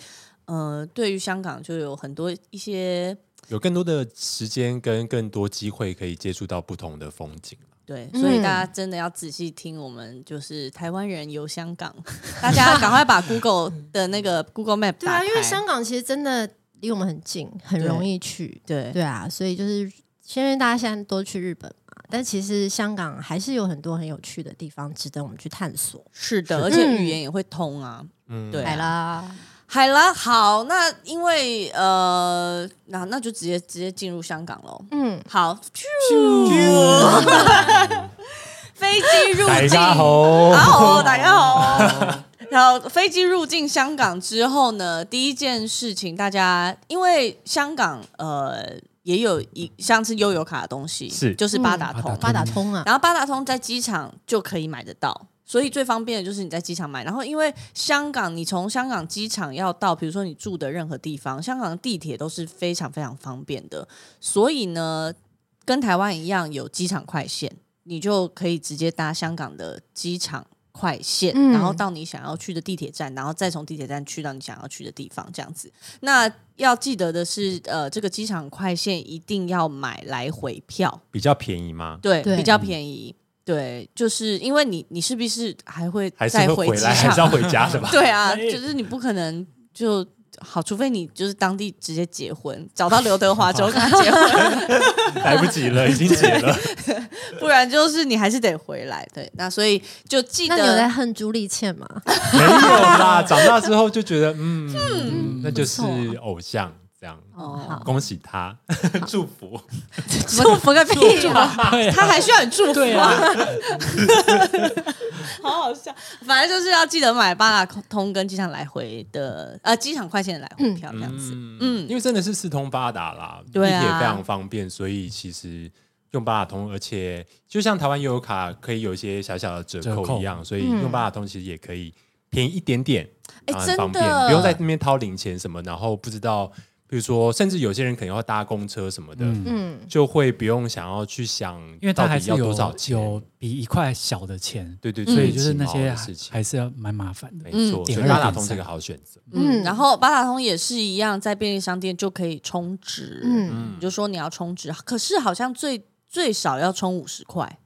C: 呃，对于香港就有很多一些
B: 有更多的时间跟更多机会可以接触到不同的风景。
C: 对，
D: 嗯
C: 所以大家真的要仔细听我们就是台湾人游香港， [laughs] 大家赶快把 Google 的那个 Google Map
D: 对
C: 打
D: 啊，
C: 开
D: 因为香港其实真的离我们很近，很容易去。
C: 对
D: 对啊，所以就是因为大家现在多去日本嘛，但其实香港还是有很多很有趣的地方值得我们去探索。
C: 是的，
B: 是
C: 而且
D: 嗯
C: 语言也会通啊。
B: 嗯，
C: 对啊
D: 来啦，
C: 海啦，好，那因为呃，那那就直接直接进入香港喽。
D: 嗯，
C: 好， [laughs] 飞机入
B: 大
C: 境，
B: 家好，
D: 啊
C: 好，大家好。然后飞机入境香港之后呢，第一件事情，大家因为香港呃也有一像是悠游卡的东西，
B: 是
C: 就是嗯八达通，
D: 八达通啊，
C: 然后八达通在机场就可以买得到，所以最方便的就是你在机场买。然后因为香港，你从香港机场要到，比如说你住的任何地方，香港的地铁都是非常非常方便的。所以呢，跟台湾一样有机场快线，你就可以直接搭香港的机场。快线，
D: 嗯
C: 然后到你想要去的地铁站，然后再从地铁站去到你想要去的地方，这样子。那要记得的是，呃，这个机场快线一定要买来回票，
B: 比较便宜吗？
C: 对，
D: 对
C: 比较便宜。对，就是因为你你是不是还会
B: 还是
C: 再
B: 会
C: 回
B: 回
C: 机
B: 来，还
C: [laughs]
B: 是要
C: 场？
B: 回家
D: [laughs]
B: 的吧？
C: 对啊，
A: 哎
C: 就是你不可能就好，除非你就是当地直接结婚，找到刘德华之后跟他结
B: [laughs]
C: 婚，
B: 来不及了，已经解了。
C: 不然就是你还是得回来。对，那所以就记
D: 那你有
C: [laughs]
D: 在
C: 得。
D: 恨朱丽倩吗？
B: 没有啦，长大之后就觉得，嗯，那就是
D: 不
B: 偶像这样。
C: 哦，
B: 恭喜他，祝福。
C: 祝福个屁
D: [laughs]
C: 啊！
A: 对
C: 他还需要你祝福
A: 对
C: 啊
A: 啊！
C: [laughs] 好好笑，反正就是要记得买八达通跟机场来回的，呃，机场快线的来回票这样子。嗯
B: 嗯，因为真的是四通八达啦，
C: 对啊
B: 地铁非常方便，所以其实用八达通，而且就像台湾悠游卡可以有一些小小的折
A: 折
B: 扣
A: 扣
B: 一样，所以
D: 嗯
B: 用八达通其实也可以便宜一点点，
C: 哎
B: 然后很方便
C: 真的，
B: 不用在那边掏零钱什么，然后不知道，比如说甚至有些人可能要搭公车什么的，
A: 嗯
D: 嗯，
B: 就会不用想要去想，
A: 因为它还是
B: 要
A: 有
B: 多少钱，
A: 有比一块小的钱，
D: 嗯
B: 对对，
A: 所以
B: 最
A: 就是那
B: 起
A: 些
B: 码的
A: 还
B: 事情。
A: 还是要蛮麻烦的。
B: 没错，
A: 点
B: 所
A: 二
B: 以八达
A: 点
B: 通是
A: 三
B: 个好选择。
D: 嗯
C: 嗯，然后八达通也是一样，在便利商店就可以充值，嗯，
D: 嗯，
C: 你就说你要充值，可是好像最最少要充五十块，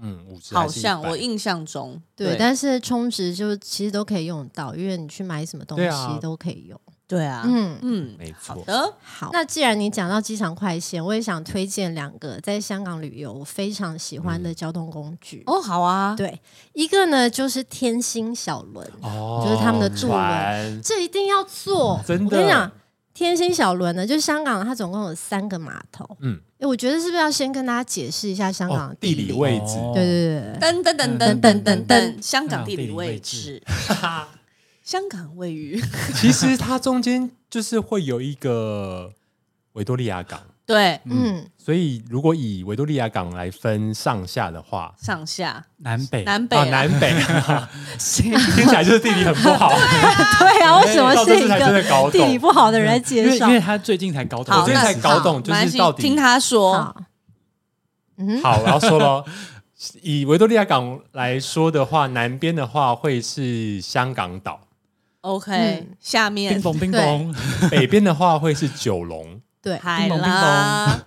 B: 嗯，五十
C: 好像我印象中，
D: 对，但是充值就其实都可以用得到，因为你去买什么东
B: 对啊
D: 西都可以用。
C: 对啊，嗯
D: 嗯，
C: 嗯，
B: 没
C: 好
B: 错
C: 的，
D: 好，那既然你讲到机场快线，我也想推荐两个在香港旅游我非常喜欢
B: 嗯
D: 的交通工具。
C: 哦，好啊，
D: 对，一个呢就是天星小轮，
B: 哦
D: 就是他们的助
B: 轮，
D: 这一定要坐。
B: 真的
D: 我跟你讲，天星小轮呢，就是香港它总共有三个码头。
B: 嗯，
D: 诶我觉得是不是要先跟大家解释一下香港的
B: 哦地
D: 理
B: 理？位置，
A: 哦
D: 对对对对，
C: 噔噔噔噔
A: 嗯
C: 噔
A: 噔噔
C: 噔噔，
A: 噔
C: 香
A: 嗯
C: 港地理
A: 地理
C: 位
A: 位
C: 置，香港位于
B: 其实它中间就是会有一个维多利亚港，
C: [laughs] 对
D: 嗯，
B: 所以如果以维多利亚港来分上下的话，
C: 上下
A: 南北
C: 南北
B: 啊，
C: 啊 [laughs]
B: 南北
D: [laughs]
C: 谁
B: 听起来就是地理很不好，
D: 对啊，为什么
B: 到这
D: 是
B: 次
D: 一
B: 才真
D: 个
B: 的搞
D: 地理
B: 懂。
D: 不好的人来
A: 因为
D: 介
A: 因
D: 绍？
A: 为他最近才搞懂，
C: 好，
B: 我最近
C: 那
B: 才搞懂
C: 好
B: 就是
C: 没关系
B: 到底
C: 听他说，
B: 哦
D: 好，嗯，
B: 好，我要说了。以维多利亚港来说的话，南边的话会是香港岛，
C: ，OK，
D: 嗯
C: 下
A: 冰
C: 面
A: 崩冰崩，
B: [laughs] 北边的话会是九龙。
D: 对，
C: 海
A: 冰咚冰
C: 啦。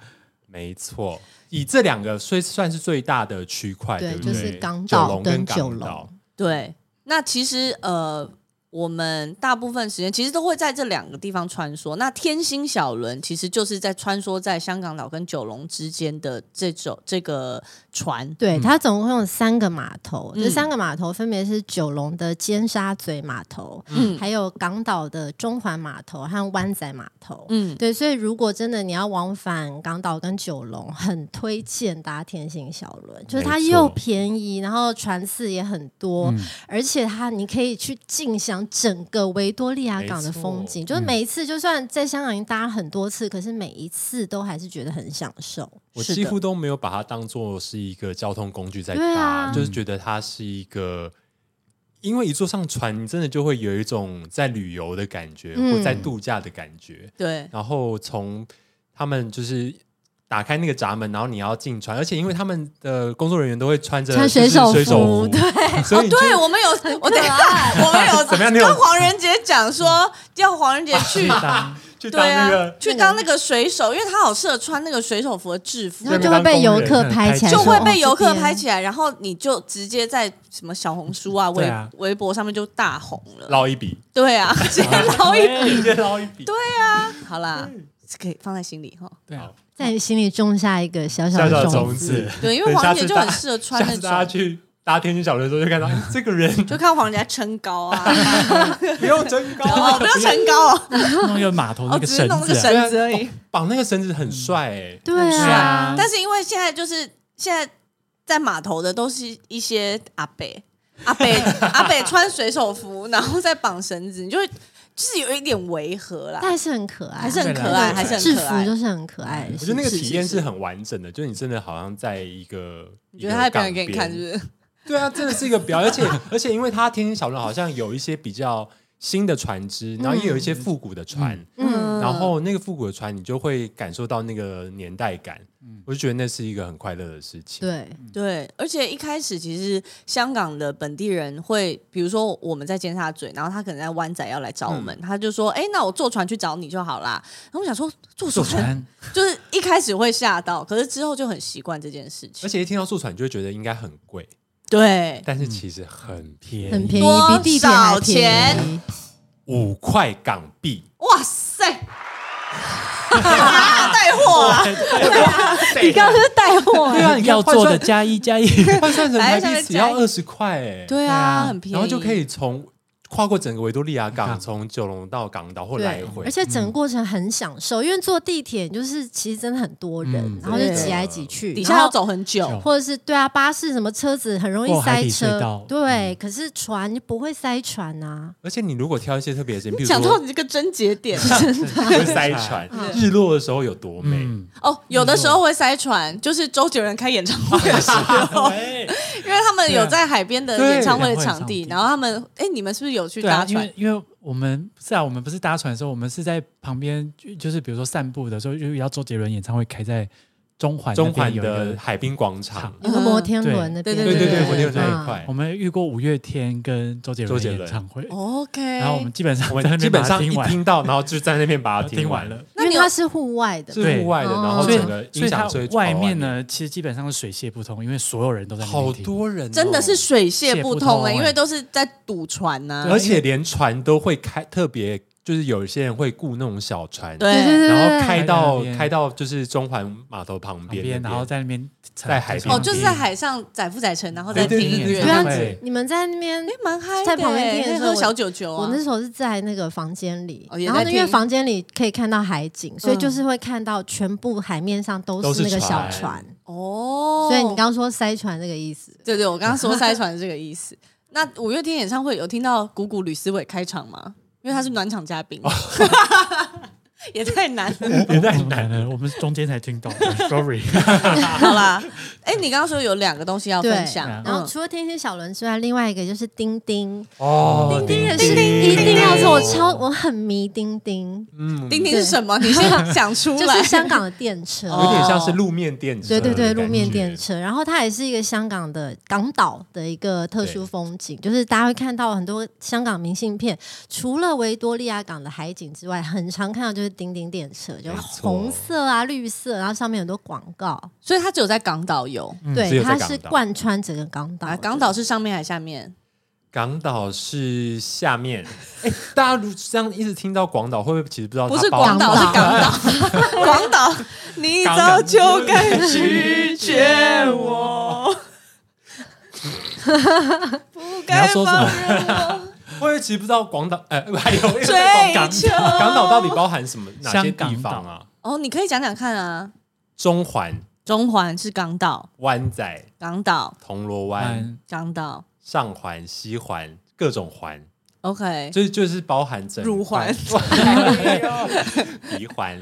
B: 没错，以这两个虽算是最大的区块，
D: 对
B: 不
D: 就
B: 对？
D: 是港
B: 九
D: 岛
B: 龙
D: 跟
B: 跟
D: 九
B: 港
D: 龙
B: 岛，
C: [laughs] 对，那其实呃，我们大部分时间其实都会在这两个地方穿梭。那天星小轮其实就是在穿梭在香港岛跟九龙之间的这种这个船。
D: 对，它总共有三个码头，
C: 嗯
D: 这三个码头分别是九龙的尖沙咀码头，
C: 嗯
D: 还有港岛的中环码头和湾仔码头。
C: 嗯，
D: 对，所以如果真的你要往返港岛跟九龙，很推荐搭天星小轮，就是它
B: 没错
D: 又便宜，然后船次也很多，
A: 嗯
D: 而且它你可以去尽享整个维多利亚港的风景。就是每一次，就算在香港已经搭很多次，可是每一次都还是觉得很享受。
B: 我
C: 是
B: 几
C: 的
B: 乎都没有把它当做是一个交通工具在搭，
D: 对啊
B: 就是觉得它是一个，因为一坐上船，你真的就会有一种在旅游的感觉，
D: 嗯
B: 或在度假的感觉。
C: 对，
B: 然后从他们就是打开那个闸门，然后你要进船，而且因为他们的工作人员都会穿着
D: 穿水
B: 手
D: 手
B: 水
D: 服
B: 服，
D: 对哦
B: 所以你就
C: 哦对我们有，我等一下，我们有
B: 怎么样你
A: [laughs]
B: 有
C: 跟黄仁杰讲说，叫黄仁杰去
A: 当
B: 去当
C: 对
B: 那
C: 啊
B: 个，，
C: 去当那个水手，因为他好适合穿那个水手服的制服
D: 然，后就会被游
B: 嗯
D: 客拍起来，
C: 就
D: 说
C: 会被游客拍。
D: 哦
C: 起来，然后你就直接在什么小红书啊、微
A: 对啊
C: 微博上面就大红了。
B: 捞一笔，[laughs]
C: 对啊，直接捞一
A: 哎直接捞一笔，对
C: 好啦，这可以放在心里哈。
A: 对啊，
D: 这边在你心里种下一个小
B: 小
D: 小
B: 小
D: 的
B: 种
D: 种
B: 子。
C: 对，因为
B: 对
C: 黄
B: 下
C: 姐
B: 次
C: 就
B: 大
C: 很适合穿
B: 下
C: 那
B: 次大家
C: 种，嗯
B: 去搭天津小的时候，就看到哎这个人
C: 就看黄姐在撑高
B: [laughs]
C: 啊，
B: 不用增
C: [laughs]
B: 高，
C: 哦，不要撑高哦，
A: 弄那个码头那
C: 哦，
A: 个
C: 只是
A: 绳
C: 弄那个
A: 子啊，
C: 绳子而已。
B: 绑那个绳子很帅哎，
D: 对
A: 是
D: 啊
A: 啊，
C: 但是因为现在就是现在在码头的都是一些阿北，阿北阿北穿水手服，然后再绑绳子，你就会就是有一点违和啦
D: 但，还是很可爱，
C: 还是很可
A: 对
C: 爱，
A: 啦
C: 还是很
D: 制
C: 可
D: 服
C: 爱。
D: 就是很可
C: 嗯
D: 爱的
B: 我觉
D: 事情。
B: 得那个体验
C: 是
B: 是很完整的，就是你真的好像在一个，
C: 你觉得他在表
B: 表
C: 演给你看，是不是？
B: 对啊，真的是一个表，而且 [laughs] 而且因为它天津小轮好像有一些比较新的船只，然后也有一些复古的船，
D: 嗯
B: 然后那个复古的船你就会感受到那个年代感，我就觉得那是一个很快乐的事情。
D: 对，
C: 嗯对，而且一开始其实香港的本地人会，比如说我们在尖沙咀，然后他可能在湾仔要来找我
B: 嗯
C: 们，他就说：“哎、那我坐船去找你就好啦。”然后我想说，坐
A: 坐
C: 船
A: 船，
C: [laughs] 就是一开始会吓到，可是之后就很习惯这件事
B: 而
C: 情。
B: 且一听到坐船，你就会觉得应该很贵，
C: 对，
B: 但是其实很便宜，
D: 很便宜，
C: 多
D: 比地铁还
C: 少
D: 便
C: 钱
B: [laughs]
D: 宜。
B: 五块港币。[laughs]
C: 哇塞，带货啊！
D: 你刚刚是带货
B: 对啊，你看
A: 要
B: 换
A: 做
B: 算
A: 的加一加一，
B: 换算成台
C: 来
B: 币
C: 下
B: 只要
C: 来
B: 二十块哎，
C: 对啊，很便宜，
B: 然后就可以从跨过整个维多利亚港，
A: 港
B: 从九龙到港岛或来
D: 对，
B: 回嗯
D: 而。且整个过程很享受，因为坐地铁就是其实真的很多人
B: 嗯，哦
D: 然后就
C: 真的
D: 挤来挤去，
C: 底
D: 然
C: 下
D: 后
C: 要走很久。
D: 或者是对啊，巴士什么车子很容易
A: 过海
D: 塞
A: 底隧
D: 车
A: 道，
D: 对。
B: 嗯
D: 可是船就不会塞船啊，
B: 而且你如果挑一些特别的时间，比如
C: 讲到
B: 说
C: 你这个症结
B: [laughs]
C: 点
B: 会塞船，日落的时候有多美，
A: 嗯，
C: 哦，有的时候会塞船，就是周杰伦开演唱会的时
D: [laughs]
C: 候，
D: 哎
A: 对
C: 因为他们有在海边的
B: 对啊
C: 演唱会的
A: 对
C: 场地
D: 啊
A: 演唱会场，地
C: 然后他们，哎，你们是不是有去
A: 对啊
C: 搭，
A: 因
C: 船
A: 为？因为我们不是啊，我们不是搭船的时候，我们是在旁边，就就是比如说散步的时候，就遇到周杰伦演唱会开在中环那
B: 中
A: 边
B: 环
A: 有一
B: 的
A: 个，
B: 海滨广场，
D: 有个摩天轮那
C: 嗯对
D: 边，
C: 对
B: 对对对，
C: 对
B: 我
C: 对
B: 有那一
D: 嗯
B: 块
A: 我，们遇过五月天跟周杰
B: 周
A: 伦
B: 杰
A: 的演
B: 伦
A: 唱会，
C: 哦 OK，
A: 然后我们基本上
B: 我
A: 在那
B: 们
A: 边
B: 基本
A: 把
B: 上
A: 它
B: 一
A: 听完
B: 听到，然后就在那边把它
A: 听完
B: 完，
A: 了，
C: 那
D: 因
C: 你
D: 为
C: 有
D: 它是户外的嘛，
B: 是户外的，
D: 对
B: 然后
A: 所以
B: 整个
A: 所
B: 音
A: 以
B: 响
A: 它
B: 最
A: 外面，呢，其实基本上是水泄不通，因为所有人都在那
B: 好
A: 边听。
B: 多人哦
C: 真的是，水泄不
A: 泄不
C: 通
A: 通
D: 哦
C: 哎，
A: 哎
C: 因为都是在赌船呐
B: 而。
D: 嗯
B: 且连船都会开，特别就是有一些人会雇那种小船，
D: 对
C: 对，
D: 对对
B: 然后
D: 对
B: 开
A: 对
B: 到
A: 开到那边
B: 开到就是中环码头旁
A: 旁
B: 边那
A: 边，
B: 边，
A: 然后在那边
B: 在海边
C: 哦，就是在海上载富载沉，然后
B: 对
C: 再
B: 对
C: 听
B: 对
C: 音
B: 对
C: 乐
D: 对，啊
B: 对，
A: 对
D: 你们在那边
C: 哎，蛮嗨的欸，
D: 在旁边听
C: 可以
D: 的时候
C: 喝小酒酒
D: 我
C: 啊
D: 那。时候是在那个房间里，
C: 哦也
D: 然后
C: 在
D: 呢因为
C: 听
D: 房间里可以看到海景，所以
C: 嗯
D: 就是会看到全部海面上都
B: 都
D: 是
B: 是
D: 那个小
B: 船
D: 船，
C: 哦，
D: 所以你刚刚说塞船那个意思，
C: 对对，我刚刚说塞船是这个意思。那五月天演唱会有听到谷谷吕思伟开场吗？因为他是暖场嘉
D: 哦
C: 宾， [laughs] 也太难了。
B: 哦
A: 也太难了，我们中间才
B: [laughs]
A: 听懂。Sorry，
C: 好啦，哎，你刚刚说有两个东西要
D: 对
C: 分享，
A: 嗯
D: 然后除了天星小轮之外，另外一个就是叮叮，
B: 哦，
D: 叮也是一定要是我超我很迷叮叮，
B: 嗯
C: 钉钉是什么？
D: [laughs]
C: 你先讲出
D: 就
C: 来
D: 是。香港的
B: [laughs]
D: 电车。
C: 哦
B: 有点像是路面电车
D: 对
B: 的
D: 对
B: 嗯感觉，
D: 对，路面电车，然后它也是一个香港的港岛的一个特殊风景，就是大家会看到很多香港明信片，除了维多利亚港的海景之外，很常看到就是叮叮电车，就
B: 没错
D: 红色啊、绿色，然后上面很多广告，
C: [laughs] 所以他只有在港岛有
B: 只
D: 对，
B: 嗯有在
D: 它
B: 港
D: 是
B: 岛
D: 贯穿整个港岛
C: 啊，
D: 的。
C: 港岛是上面还是下面？
B: 港岛是下面，哎，大家如这样一直听到广岛，会不会其实不知道它
C: 不是
B: 包
C: 广岛，是
D: 哦港
C: 港岛。广岛，你早就该拒绝
B: 哦
C: 我，不该
A: 你要说什
C: 放
A: 么
C: 任我。
B: 会不会其实不知道广岛？哎，还有
C: 追求
B: 港岛到底包含什么哪些
A: 香港
B: 地方啊？
C: 哦，你可以讲讲看啊。
B: 中环、
C: 中环是港岛，
B: 湾仔、
C: 港岛，
B: 铜锣湾、
A: 嗯
C: 港岛
B: 上环、西环，各种环，
C: ，OK。
B: 就是就是包含整
C: 哎
B: [laughs]
C: 乳环
A: [laughs] 哎
B: 鼻
C: [laughs]
B: 环，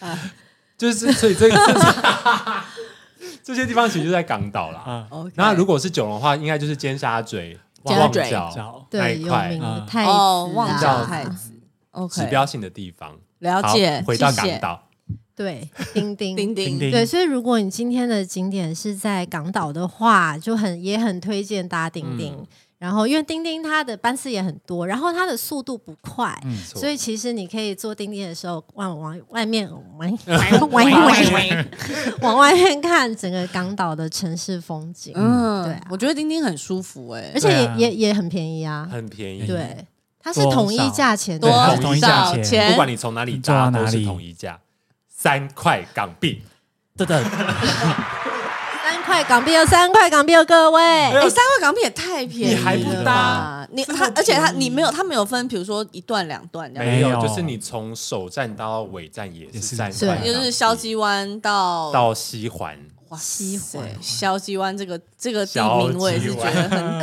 C: 啊
B: [laughs] 就是所以这这 [laughs] 这些地方其实就在港岛啦。
A: 啊，
C: OK，
B: 那如果是九龙的话，应该就是尖沙咀、
C: 尖
B: 旺
C: 沙咀
B: 角
A: 找
B: 那
D: 对
B: 一
D: 有
B: 块
D: 名的
A: 嗯
D: 太子
C: 哦，旺
D: 啊
C: 角太子，OK，
B: 指标性的地方。
C: 了
B: 好
C: 解，，
B: 回到
C: 谢谢
B: 港，岛，
D: 对叮叮
A: 叮
C: 丁丁
A: 叮
D: 对，所以如果你今天的景点是在港岛的话，就很也很推荐搭叮叮。
B: 嗯
D: 然后因为叮叮它的班次也很多，然后它的速度不快，
A: 嗯
B: 错
D: 所以其实你可以坐叮叮的时候往往 [laughs] 外面玩玩玩玩
C: 嗯
D: 玩，往外面看整个港岛的城市风景，
C: 嗯，
D: 对啊
C: 我觉得钉钉很舒服哎、
D: 而且也、
A: 对啊
D: 也也很便宜啊，
B: 很便宜，
D: 对，它是
A: 多
D: 统一
A: 少
D: 价钱的
A: 对，它是
C: 多
A: 同一价
C: 少
A: 钱
C: 钱？
B: 不管你从哪里
A: 你坐到
B: 搭
A: 哪
B: 都
A: 里
B: 是统一价，三块港币。
A: 真的，
D: 三块港币哦，三块港币哦，各
C: 哎、
D: 位，
C: 三块港币也太便宜
A: 你还
C: 了吧，
A: 不
B: 搭
C: 你
B: 这么
C: 他，而且他
B: 便宜
C: 你没有，他没有分，比如说一段两段这样，
A: 没有
B: 就是你从首站到尾站也
A: 也
B: 是
A: 是
B: 三
A: 对
B: 块港币，
C: 就是消基湾
D: 哦
C: 到
B: 到西环，
C: 哇
D: 西环
C: 塞消基湾这个这个地名，我也是觉
B: 消
C: 得很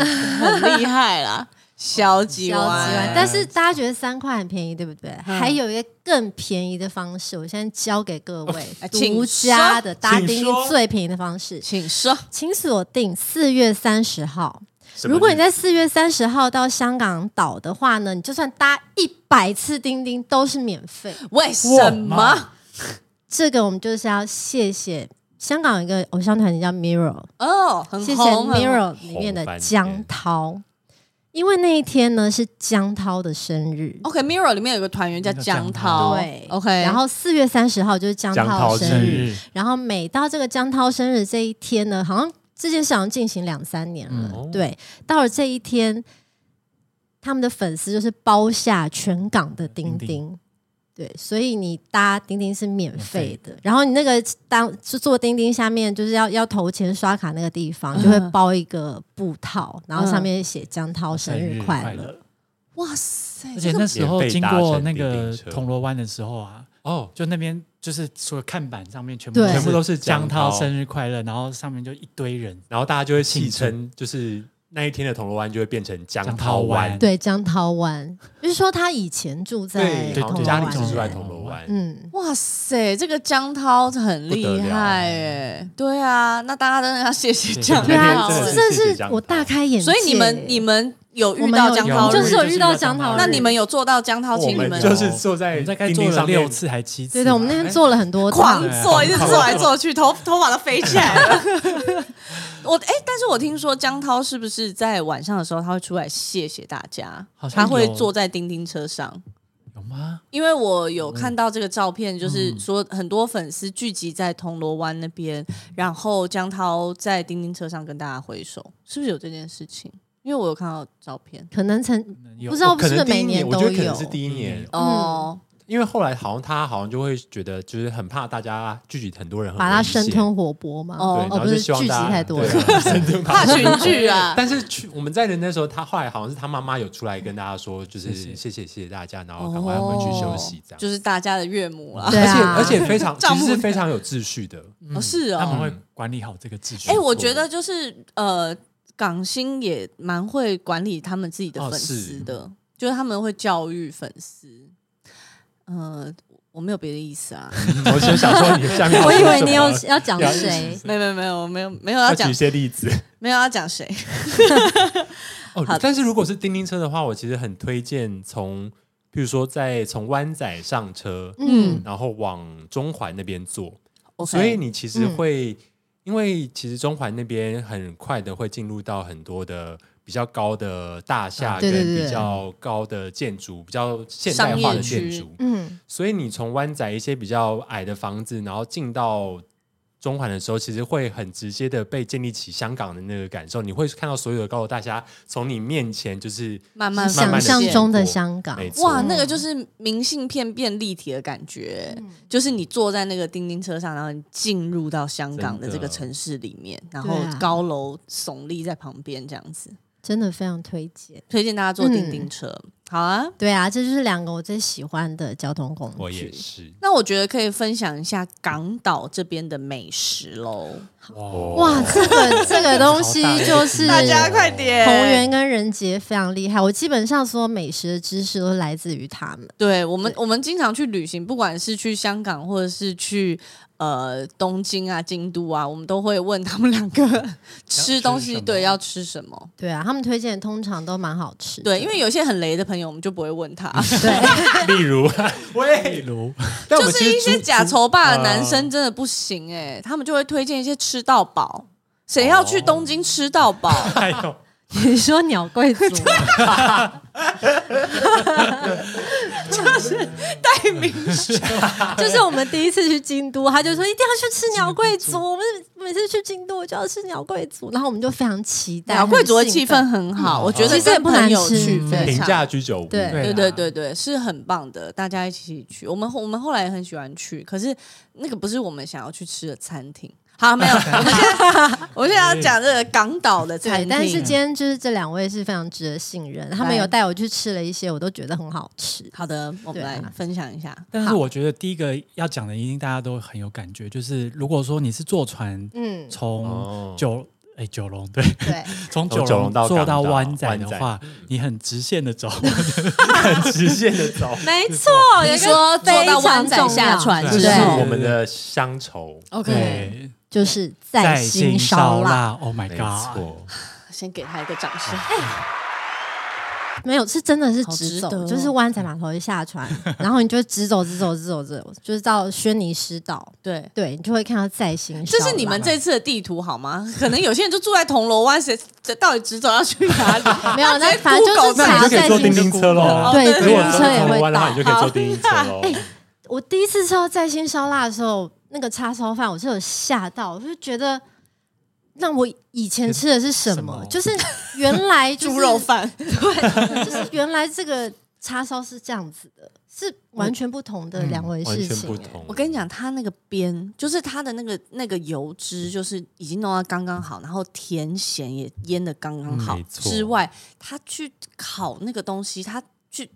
C: 很厉害啦。消基
D: 消极
C: 湾
D: 完，但是大家觉得三块很便宜，对不对？
C: 嗯
D: 还有一个更便宜的方式，我现在教给各
C: [laughs]
D: 位
C: 啊请
D: 独家的搭
B: 请
D: 钉
B: 说
D: 最便宜的方式，
C: 请说，
D: 请锁定四月三十号。
B: 什么
D: 如果你
B: 意
D: 在四月三十号到香港岛的话呢，你就算搭一百次钉钉都是免费。
C: 为什
A: 哇
C: 么？
D: 这个我们就是要谢谢香港有一个偶像团体叫 Mirror，
C: 哦，很
D: 谢谢
C: 红，很红
D: Mirror 里面的江涛，因为那一天呢是江涛的生日。
C: OK，Mirror、里面有个团员叫江涛，
D: 对
C: 哦，OK，
D: 然后四月三十号就是江
B: 江涛
D: 涛
B: 生
D: 生
B: 日
D: 日，然后每到这个江涛生日这一天呢，好像这件事好像进行两三年了。
B: 嗯
D: 对，到了这一天，他们的粉丝就是包下全港的钉
A: 钉
D: 钉。对，所以你搭钉钉是免费的，然后你那个当就坐钉钉下面就是要要投钱刷卡那个地方，就会
C: 嗯
D: 包一个布套，然后上面写江涛生
A: 日
D: 日快乐。
A: 乐。
C: 哇塞，
A: 而且
C: 这个
A: 那时候
B: 免费
A: 经
B: 搭
A: 过
B: 乘
A: 那
B: 叮
A: 个
B: 叮车
A: 铜锣湾的时候啊，
B: 哦，
A: 就那边就是所有看板上面全部
D: 对
B: 全部都是
A: 江
B: 江
A: 涛
B: 涛
A: 生日快乐，然后上面就一堆人，
B: 然后大家就会戏
A: 庆祝
B: 称，就是那一天的铜锣湾就会变成江
A: 江
B: 涛
A: 涛
B: 湾
A: 湾，
D: 对，江涛湾，就是说他以前住在
B: 对，
A: 对
D: 铜
B: 好像
D: 锣
A: 对
B: 家里
D: 湾
B: 是住在铜
A: 铜
B: 锣
A: 锣
B: 湾，
D: 嗯，
C: 哇塞，这个江涛很厉害哎、对啊，那大家真的要谢谢江
D: 对啊，
C: 涛
B: 真的
D: 这
B: 是
D: 真
B: 谢谢
D: 的
B: 江
D: 是
B: 涛
D: 我大开眼界。
C: 所以你们你们有
D: 我
C: 遇
D: 们
C: 到
D: 有
C: 江
D: 有
C: 涛
D: 就
C: 日
D: 是有遇到江涛日，
C: 那你们有做到江涛，
B: 我
C: 请你
B: 们
D: 哦
C: 们
B: 就是坐在
A: 我们大概
B: 叮
A: 做
B: 叮
A: 了
B: 上面
A: 六次还七次吧，
D: 对对，我们那天做了很多
C: 狂
D: 趟，
C: 做，一直做来做去，头头发都飞起来了。 [laughs] 我哎、但是我听说江涛是不是在晚上的时候他会出来谢谢大家
A: 好？像
C: 他会
A: 有
C: 坐在叮叮车上，
A: 哎有吗？
C: 因为我有
B: 嗯
C: 看到这个照片，就是说很多粉丝聚集在铜锣湾那边，然后江涛在叮叮车上跟大家挥手，是不是有这件事情？因为我有看到照片
D: 可能曾
A: 有
D: 不知道
B: 可
D: 是不
A: 哦
B: 能
D: 是
B: 第一
D: 每
B: 年，
D: 年
B: 我
D: 都
B: 觉得可能
D: 有
B: 是第一
A: 嗯
B: 年，
C: 哦，
B: 因为后来好像他好像就会觉得，就是很怕大家聚集很多人，很
D: 把它
B: 危险
D: 生吞活剥嘛？
C: 哦
B: 对，然后
D: 不
B: 就是希
D: 聚
B: 望
D: 集
B: 大家
D: 太多
B: [laughs]
D: 了。[laughs]
B: 对生吞
C: 怕群
B: [laughs]
C: 聚啊。
B: 但是去我们在的那时候，他后来好像是他妈妈有出来跟大家说，就是谢
A: 谢
B: 谢谢谢大家，然
D: 哦
B: 后赶快回去休息这样。
C: 哦就是大家的岳母啦。
D: 对啊
B: 而且而且非
D: [laughs]
B: 常
C: 丈
B: 其
C: 母
B: 实
C: 娘
B: 是非常有秩序的，
C: 哦是
A: 他们
C: 哦，
A: 会管理好这个秩序。
C: 哎、我觉得就是呃，港星也蛮会管理他们自己的
B: 哦
C: 粉
B: 是
C: 丝的，就是他们会教育粉丝。呃，我没有别的意
B: [laughs]
C: 思啊，
B: 我就想说你下面
D: [laughs]
C: [laughs]
D: 我以为你
B: [laughs]
D: 有
B: 是什么
D: 要讲
B: 要
D: 谁？
C: 没有没有没有我没有没有
B: 要
C: 要
B: 举
C: 讲
B: 一些例
D: [laughs]
B: 子
C: 没有要讲谁，
B: 哦
C: 好。
B: 但是如果是叮叮车的话，我其实很推荐从，譬如说在从湾仔上车，
D: 嗯，
B: 然后往中环那边坐，
C: [laughs] OK
B: 所以你其实
D: 嗯
B: 会，因为其实中环那边很快的会进入到很多的比较高的大厦
D: 嗯
B: 跟
D: 对对对
B: 比较高的建筑，比较现代化的建
C: 商业
B: 筑
C: 区，
D: 嗯，
B: 所以你从湾仔一些比较矮的房子，然后进到。中环的时候，其实会很直接的被建立起香港的那个感受。你会看到所有的高楼大厦从你面前就是
C: 慢慢
B: 慢慢
D: 想
B: 地
D: 象
C: 变
D: 中的香港，
B: 没错
C: 哇，那个就是明信片变立体的感觉，就是你坐在那个叮叮车上，然后你进入到香港的这个城市里面，然后
D: 对啊
C: 高楼耸立在旁边这样子。
D: 真的非常推荐。
C: 推荐大家坐叮叮车，好啊。
D: 对啊，这就是两个我最喜欢的交通工具。
B: 我也是
C: 那我觉得可以分享一下港岛这边的美食喽，
A: 哇
D: 哇，这个这个东西就是
A: 大家
D: 宏
A: 快点
D: 源跟仁杰非常厉害，我基本上所有美食的知识都来自于他们。
C: 对我们，我们经常去旅行，不管是去香港或者是去呃东京啊、京都啊，我们都会问他们两个吃东
A: 吃什
C: 西，
A: 么
C: 对，要吃什么？
D: 对啊，他们推荐的通常都蛮好吃的。
C: 对，因为有些很雷的朋友，我们就不会问他，
B: 例如，
A: 例
B: 喂，
A: 如
B: 但我
C: 就
B: 们其
C: 是
B: 实
C: 一些
B: 主
C: 假
B: 主
C: 愁霸的男生真的不行欸哎、他们就会推荐一些吃到饱，谁要去东京吃到饱？
A: 哎呦，
D: [laughs] 你说鸟贵族啊吗，
C: [laughs] 太明显，
D: [laughs] 就是我们第一次去京都，他就说一定要去吃鸟贵族。我们每次去京都我就要吃鸟贵族，然后我们就非常期待。
C: 鸟贵族的
D: 很兴
C: 气
D: 奋
C: 氛很好，我觉
D: 其
C: 得
D: 实也
C: 跟
D: 不难
C: 朋友
D: 吃
C: 去非
B: 平
C: 常
B: 嗯价居酒屋，
D: 嗯对
A: 啊
C: 对对对对，是很棒的，大家一起去。我们我们后来也很喜欢去，可是那个不是我们想要去吃的餐厅。
D: [laughs]
C: 好，没有，我们现在 [laughs] 我们现在要讲这个港岛的餐
D: 对，
C: 厅，
D: 但是今天就是这两位是非常值得信任，他们有带我去吃了一些，我都觉得很好吃。
C: 好的，我们
D: 对啊
C: 来分享一下。
A: 但是我觉得第一个要讲的，一定大家都很有感觉，就是如果说你是坐船
D: [laughs] 嗯，
A: 从
B: 哦，
A: 九哎九龙对， [laughs]
D: 对，
A: 从
B: 从
A: 九
B: 九龙到
A: 坐
B: 港
A: 到
B: 岛
A: 湾仔
B: 湾
A: 的
B: 仔嗯
A: 话，你很直线的走，
B: 很直线的走，
D: 没错，有一个
C: 说坐
D: 非
C: 到
D: 常
C: 湾仔
D: 重
C: 下
D: 要
C: 船
A: 对
B: 这
C: 之
B: 是
A: 对
C: 后
B: 我们的乡愁，
C: ，OK，
A: 对，
D: 就是在心烧腊，
A: 辣，Oh my
B: 没
A: god！
B: 错，
C: 先给他一个掌声。
D: 没有是真的是
C: 好
D: 直
C: 值
D: 走，
C: 得哦
D: 就是湾仔码头一下船，然后你就直走直走直走直走，就是到轩尼诗岛，
C: 对，
D: 对你就会看到在心烧
C: 这
D: 腊。
C: 是你们这次的地图好吗？可能有些人就住在铜锣湾，谁这到底直走要去哪里？
D: [laughs] 没有，那
C: 直接
D: 反正就是
C: Google
B: 那你
D: 查
B: 就可
D: 在
B: 以坐
D: 心
B: 叮叮车喽。
D: 对，
C: 哦
D: 自
B: 如果
D: 行
B: 是
D: 车也
B: 铜锣
D: 会
B: 湾的话，
D: 到
B: 你就。可以坐叮叮车喽。
D: [laughs] 我第一次吃到在心烧腊的时候，那个叉烧饭我是有吓到，我就觉得。那我以前吃的是什
A: 什
D: 么？
A: 么
D: 就是原来、就是、
C: [laughs] 猪肉饭，
D: 对， [laughs] 就是原来这个叉烧是这样子的，是完全不同的
A: 嗯
D: 两回
B: 完
D: 事
B: 全
D: 情、
B: 不
D: 欸
B: 同。
C: 我跟你，讲，它那个边就是它的那个那个油脂，就是已经弄到刚刚好，然后甜咸也腌的刚刚好、
B: 嗯没错
C: 之外，它去烤那个东西，它去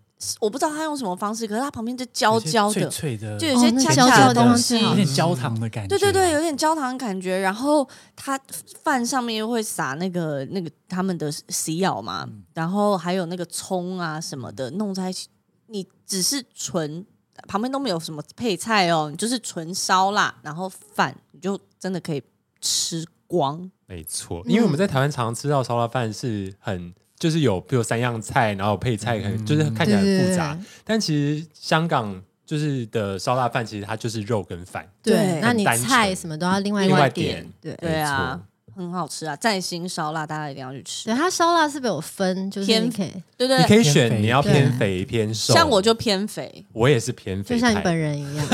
C: 我不知道它用什么方式，可是它旁边就焦
A: 有些
C: 焦
A: 脆
C: 的，
A: 脆的，
C: 就
A: 有
C: 有些
D: 哦那
C: 恰
D: 焦
C: 恰
D: 焦的
C: 的东
D: 东西
C: 西。
D: 好
A: 点焦糖的感觉。
C: 对对对，有点焦糖的感觉，然后它饭上面又会撒那个那个他们的洗咬嘛，
B: 嗯
C: 然后还有那个葱啊什么的弄在一起，你只是纯旁边都没有什么配菜哦，你就是纯烧腊，然后饭你就真的可以吃光。
B: 没错，因为我们在台湾常常吃到烧腊饭是很。就是有，比如三样菜，然后配菜
A: 嗯
B: 很，就是看起来很复杂。但其实香港就是的烧腊饭，其实它就是肉跟饭，
D: 对
C: 对
D: 那
B: 很
D: 你
B: 单纯
D: 菜什么都要另外
B: 另
D: 外
B: 外
D: 点
B: 点，
D: 对。
C: 对
B: 没
C: 啊
B: 错，
C: 很好吃啊，在新烧腊大家一定要去吃
D: 对，。它烧腊是不是有分？就是你
C: 偏
D: 可以，
C: 对对
B: 你可
C: 对，
B: 以
A: 偏
B: 选
A: 肥
B: 你要
D: 对
B: 偏肥偏瘦，
C: 像我就偏肥，
B: 我也是偏肥
D: 就
B: 派，
D: 像你本人
C: [laughs]
D: 一 [laughs] 样，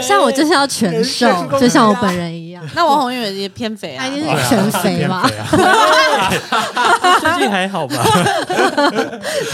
D: 像我就是要全瘦，就像我
C: 啊
D: 本人一样，
C: 那王宏远也偏肥啊
D: 他一。定是全肥吧？
A: 啊 [laughs] 最近还好吧？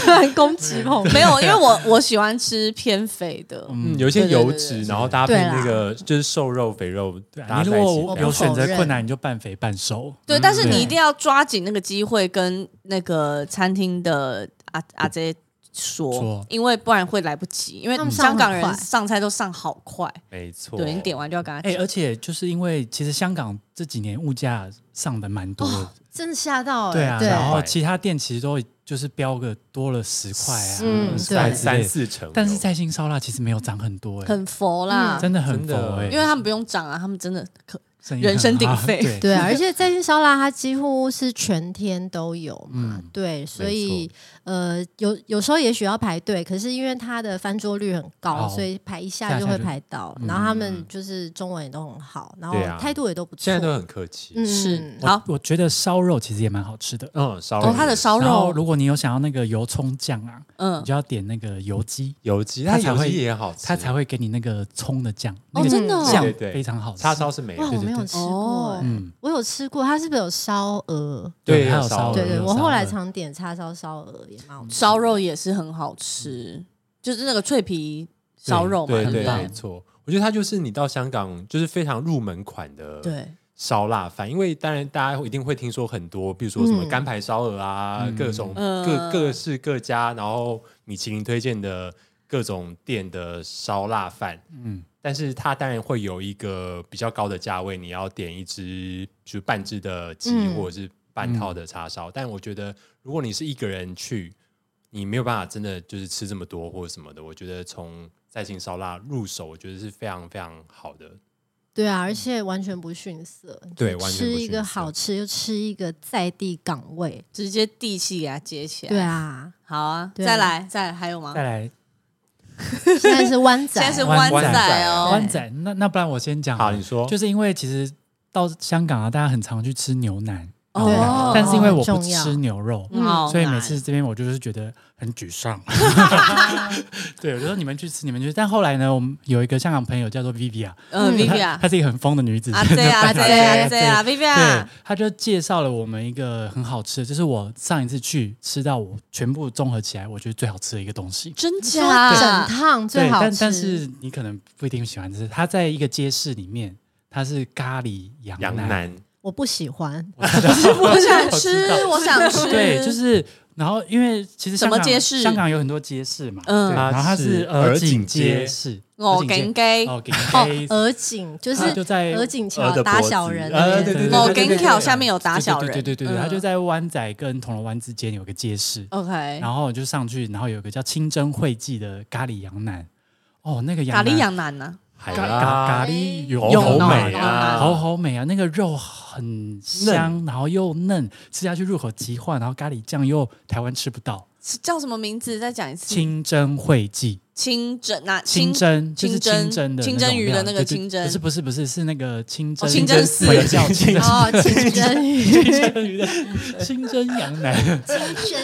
D: 突然 [laughs] 攻击碰，
C: 没有，因为我我喜欢吃偏肥的，
B: 嗯，有一些
C: 对对
B: 油
C: 对
B: 脂，
C: 对
B: 然后搭配
D: 对啦
B: 那个就是瘦肉、肥肉
A: 对啊
B: 搭
A: 你
B: 在
A: 如
B: 一起
A: 果
B: 这
A: 有
B: 样。
A: 选择
D: 我否
A: 困
D: 认
A: 难，你就半肥半瘦。
C: 对，但是
A: 嗯对
C: 你一定要抓紧那个机会，跟那个餐厅的阿阿姐说，
A: 说
C: 因为不然会来不及，因为
D: 他们上
C: 香港
D: 很
C: 人
D: 快
C: 上菜都上好快，
B: 没错，
C: 对你点完就要跟他
A: 哎、
C: 讲。
A: 而且就是因为其实香港这几年物价上的蛮多的，
D: 真的吓
B: 哦
D: 到
A: 对
D: 哎！
A: 啊，
D: 对，
A: 然后其他店其实都就是标个多了十块啊，
D: 嗯
A: 嗯，
B: 三
D: 对
A: 之类
B: 三
A: 的。
B: 四成有，
A: 但是在新烧腊其实没有涨很多、哎，
C: 很佛啦，
A: 真的很
B: 真
A: 佛
B: 的
A: 哎、
C: 嗯因为他们不用涨啊，他们真的可
A: 生意
C: 人声
A: 很好
C: 鼎沸
B: 哎
A: 对，
D: [laughs] 对啊，而且在线烧腊它几乎是全天都有
B: 嗯
D: 嘛，对，所以呃，有有时候也许要排队，可是因为它的翻桌率很高，
B: 哦
A: 好
D: 所以排一下就会排到。
B: 嗯
D: 然后他们就是中文也都很好，然后
B: 对啊
D: 态度也都不错。
B: 现在都很客气。
D: 嗯
C: 是
A: 我
C: 好。
A: 我觉得烧肉其实也蛮好吃的。
B: 嗯，烧
C: 哦
B: 肉，，
C: 他的烧
A: 然后
C: 肉，
A: 如果你有想要那个油葱酱啊，
C: 嗯
A: 你，就要点那个油鸡，
B: 油鸡，
A: 它
B: 它
A: 才
B: 油
A: 会
B: 鸡也好吃，
A: 它才会给你那个葱的酱，那
C: 哦，
A: 个
C: 真的
A: 酱
C: 哦，
B: 对对对
A: 非常好吃。
B: 叉烧是没
D: 哇，
B: 有，
D: 我没有吃过
C: 哦
D: 哎、
A: 嗯，
D: 我有吃过，它是不是有烧鹅？
B: 对
A: 还有
B: 哦有
A: 烧
B: 烧鹅
A: 鹅
D: 对对，
A: 有
D: 我
A: 烧
D: 后来
A: 鹅
D: 常点叉烧烧鹅也蛮好吃。
C: 烧肉也是很好吃，就是那个脆皮烧肉嘛，
B: 对
C: 不
B: 对，
A: 很棒
B: 没错。我觉得它就是你到香港就是非常入门款的
C: 对，
B: 烧腊饭，因为当然大家一定会听说很多，比如说什么干排烧鹅啊，
A: 嗯
B: 各种、
C: 嗯
B: 各各式各家，然后米其林推荐的各种店的烧腊饭，
A: 嗯
B: 嗯，但是它当然会有一个比较高的价位，你要点一只就是半只的鸡、
D: 嗯
B: 或者是半套的叉烧，但我觉得如果你是一个人去，你没有办法真的就是吃这么多或者什么的，我觉得从在庆烧腊入手，我觉得是非常非常好的，
D: 对啊，而且完全不逊色。
B: 嗯对完全
D: 吃
B: 不
D: 一
B: 逊
D: 个
B: 色
D: 好吃，又吃一个在地岗位。
C: 直接地气给它接起来。
D: 对，啊，
C: 好啊，
D: 对
C: 再来，再来，还有吗
A: 再？来
D: 现在是湾仔，哦
C: 现在是
A: 湾
C: 湾
A: 仔
C: 仔
B: 对
C: 哦，
A: 湾仔，那那不然我先讲
B: 好，
A: 了
B: 你说
A: 啊就是因为其实到香港啊，大家很常去吃牛腩，对
C: 哦
A: 但是因为我不
D: 很重要
A: 吃牛肉，
D: 嗯
C: 好
A: 所以每
C: 难
A: 次这边我就是觉得很沮丧。 [laughs] 对，我就说你们去吃，你们去吃。但后来呢，我们有一个香港朋友叫做 Vivia，
C: 呃
D: 嗯
C: v i
A: 她
C: v i a
A: 她是一个很疯的女子。
C: [laughs] 啊
A: [laughs]
C: 对啊对啊对啊 v i v i
A: 对
C: a，
A: 她就介绍了我们一个很好吃的，就是我上一次去吃到我全部综合起来，我觉得最好吃的一个东西。
C: 真
D: 说
C: 假
D: 整？趟最
A: 对，
D: 好
A: 但
D: 吃，
A: 但是你可能不一定喜欢吃。它在一个街市里面，它是咖喱羊
B: 杨
A: 腩，
B: 楠
D: 我不喜欢。
C: 我想
A: 知
C: 吃
A: 道，
C: 我想吃，
A: 对，就是然后因为其实
C: 什
A: 香
C: 么
A: 港
C: 街市
A: 香港有很多街市嘛，
C: 嗯
A: 对然后它是
B: 它是
A: 鹅
B: 鹅
A: 颈
B: 颈街
A: 街市，
C: 我
A: 鹅颈
C: 跟
A: 街
C: 给
A: 哦，
D: 哦
A: 颈，街
D: 鹅颈就是
A: 啊它就在
D: 鹅颈
B: 鹅
D: 桥
B: 的脖
D: 打
B: 子
D: 小人
B: 呃
D: 那
B: 对
D: 边，
B: 对
C: 我
B: 对
A: 对
C: 跟
A: 对
C: 桥
A: 对
C: 下面有打
A: 对
C: 小
A: 对
C: 人，
A: 对对对对，
C: 嗯
A: 它就在湾仔跟铜锣湾之间有个街市，
C: OK。
A: 然后我就上去，然后有个叫清真会记的咖喱羊腩，哦，那个
C: 咖
A: 羊
C: 喱啊
A: 腩
C: 羊腩呢？
B: 海
A: 咖咖咖
B: 拉
A: 喱
B: 好
A: 有
B: 好
A: 浓
B: 美啊，
A: 好好美啊！那个肉很香，然后又嫩，吃下去入口即化，然后咖喱酱又台湾吃不到，
C: 是叫什么名字？再讲一次。
A: 清蒸烩剂，
C: 清蒸那
A: 清蒸就是
C: 清
A: 清
C: 蒸
A: 蒸的
C: 清
A: 那
C: 蒸
A: 种
C: 鱼的
A: 料
C: 那
A: 理
C: 个
A: 对对
C: 清
A: 不
C: 蒸
A: 是不是不是是那个清
C: 哦
A: 蒸
C: 清蒸寺
A: 回教 [laughs] 清蒸
D: 哦，清蒸鱼，
A: 清蒸鱼的清蒸羊腩，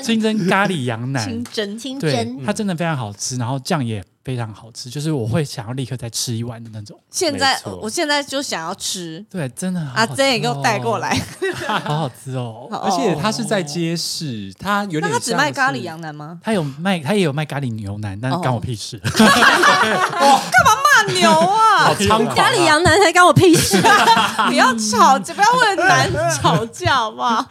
A: 清蒸咖喱羊
C: 清嗯
A: 腩，
C: 蒸
D: 清
A: 对
D: 蒸，
A: 它真的非常好吃，然后酱也非常好吃，就是我会想要立刻再吃一碗的那种，
C: 现在
B: 没错
C: 我现在就想要吃
A: 对，真的好
C: 啊，
A: 好
C: 这也
A: 吃
C: 给我带
A: 哦
C: 过 [laughs] 来。。
A: 好好吃哦。
C: 好
B: 而且它是在街市，它有点
C: 那他只
B: 像
C: 卖咖
B: 是
C: 喱羊腩吗？
A: 他有卖，他也有卖咖喱牛腩，但
C: 哦
A: 干我屁事。
C: 啊牛啊！
B: [laughs] 好猖狂，
D: 咖喱羊腩才关我屁事，
C: [laughs] 不要吵，不要为了难吵架，好不好？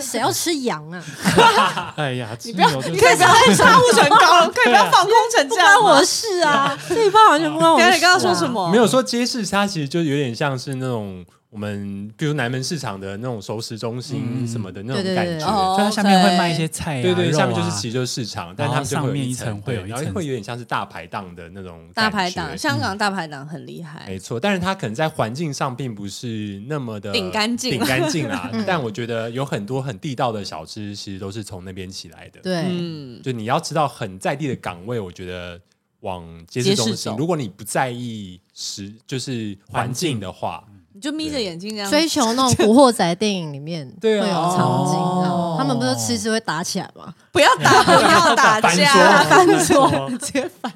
D: 谁要吃羊啊？
A: 哎呀，吃
C: 你不要，
A: 牛就
C: 你可以不要再擦护唇膏了，可以不要放空成这
D: 不
C: 样
D: 关
C: 吗
D: 我。事啊，这一半完全不关我
C: 等
D: 事啊。
C: 一下你刚刚说什么？
B: 没有说街市，它其实就有点像是那种我们，比如南门市场的那种熟食中心
A: 嗯
B: 什么的那
D: 对
B: 种
D: 对
B: 感
D: 对
B: 觉。
C: 哦
A: 就它下面会卖一些菜啊，
B: 对对，
A: 肉啊
B: 下面就是其实就是市场，但
A: 然后
B: 他们就会有
A: 上面一层
B: 层
A: 会有
B: 对
A: 一
B: 然后
A: 层
B: 会有点像是大排档的那种
C: 大
B: 感
C: 排
B: 觉
C: 档，香港大排档很厉害
B: 没，错，但是它可能在环境上并不是那么的
C: 顶干净
B: 顶干净啦。但我觉得有很多很地道的小吃，其实都是从那边起来的。
D: 对，
C: 嗯，
B: 就你要知道很在地的岗位，我觉得往街
C: 街
B: 市
C: 市
B: 中
C: 走
B: 心，如果你不在意时就是环境的话，
C: 你嗯就眯着眼睛这样
D: 追求那种
C: [laughs]
D: 古惑仔电影里面会
B: 对
D: 有
B: 啊
D: 场景，你知道
A: 哦
D: 吗他们不是吃吃会打起来吗？
C: 不要 [laughs] 打，不要打
B: 反
C: 架，
B: 说
C: 翻桌，直接反，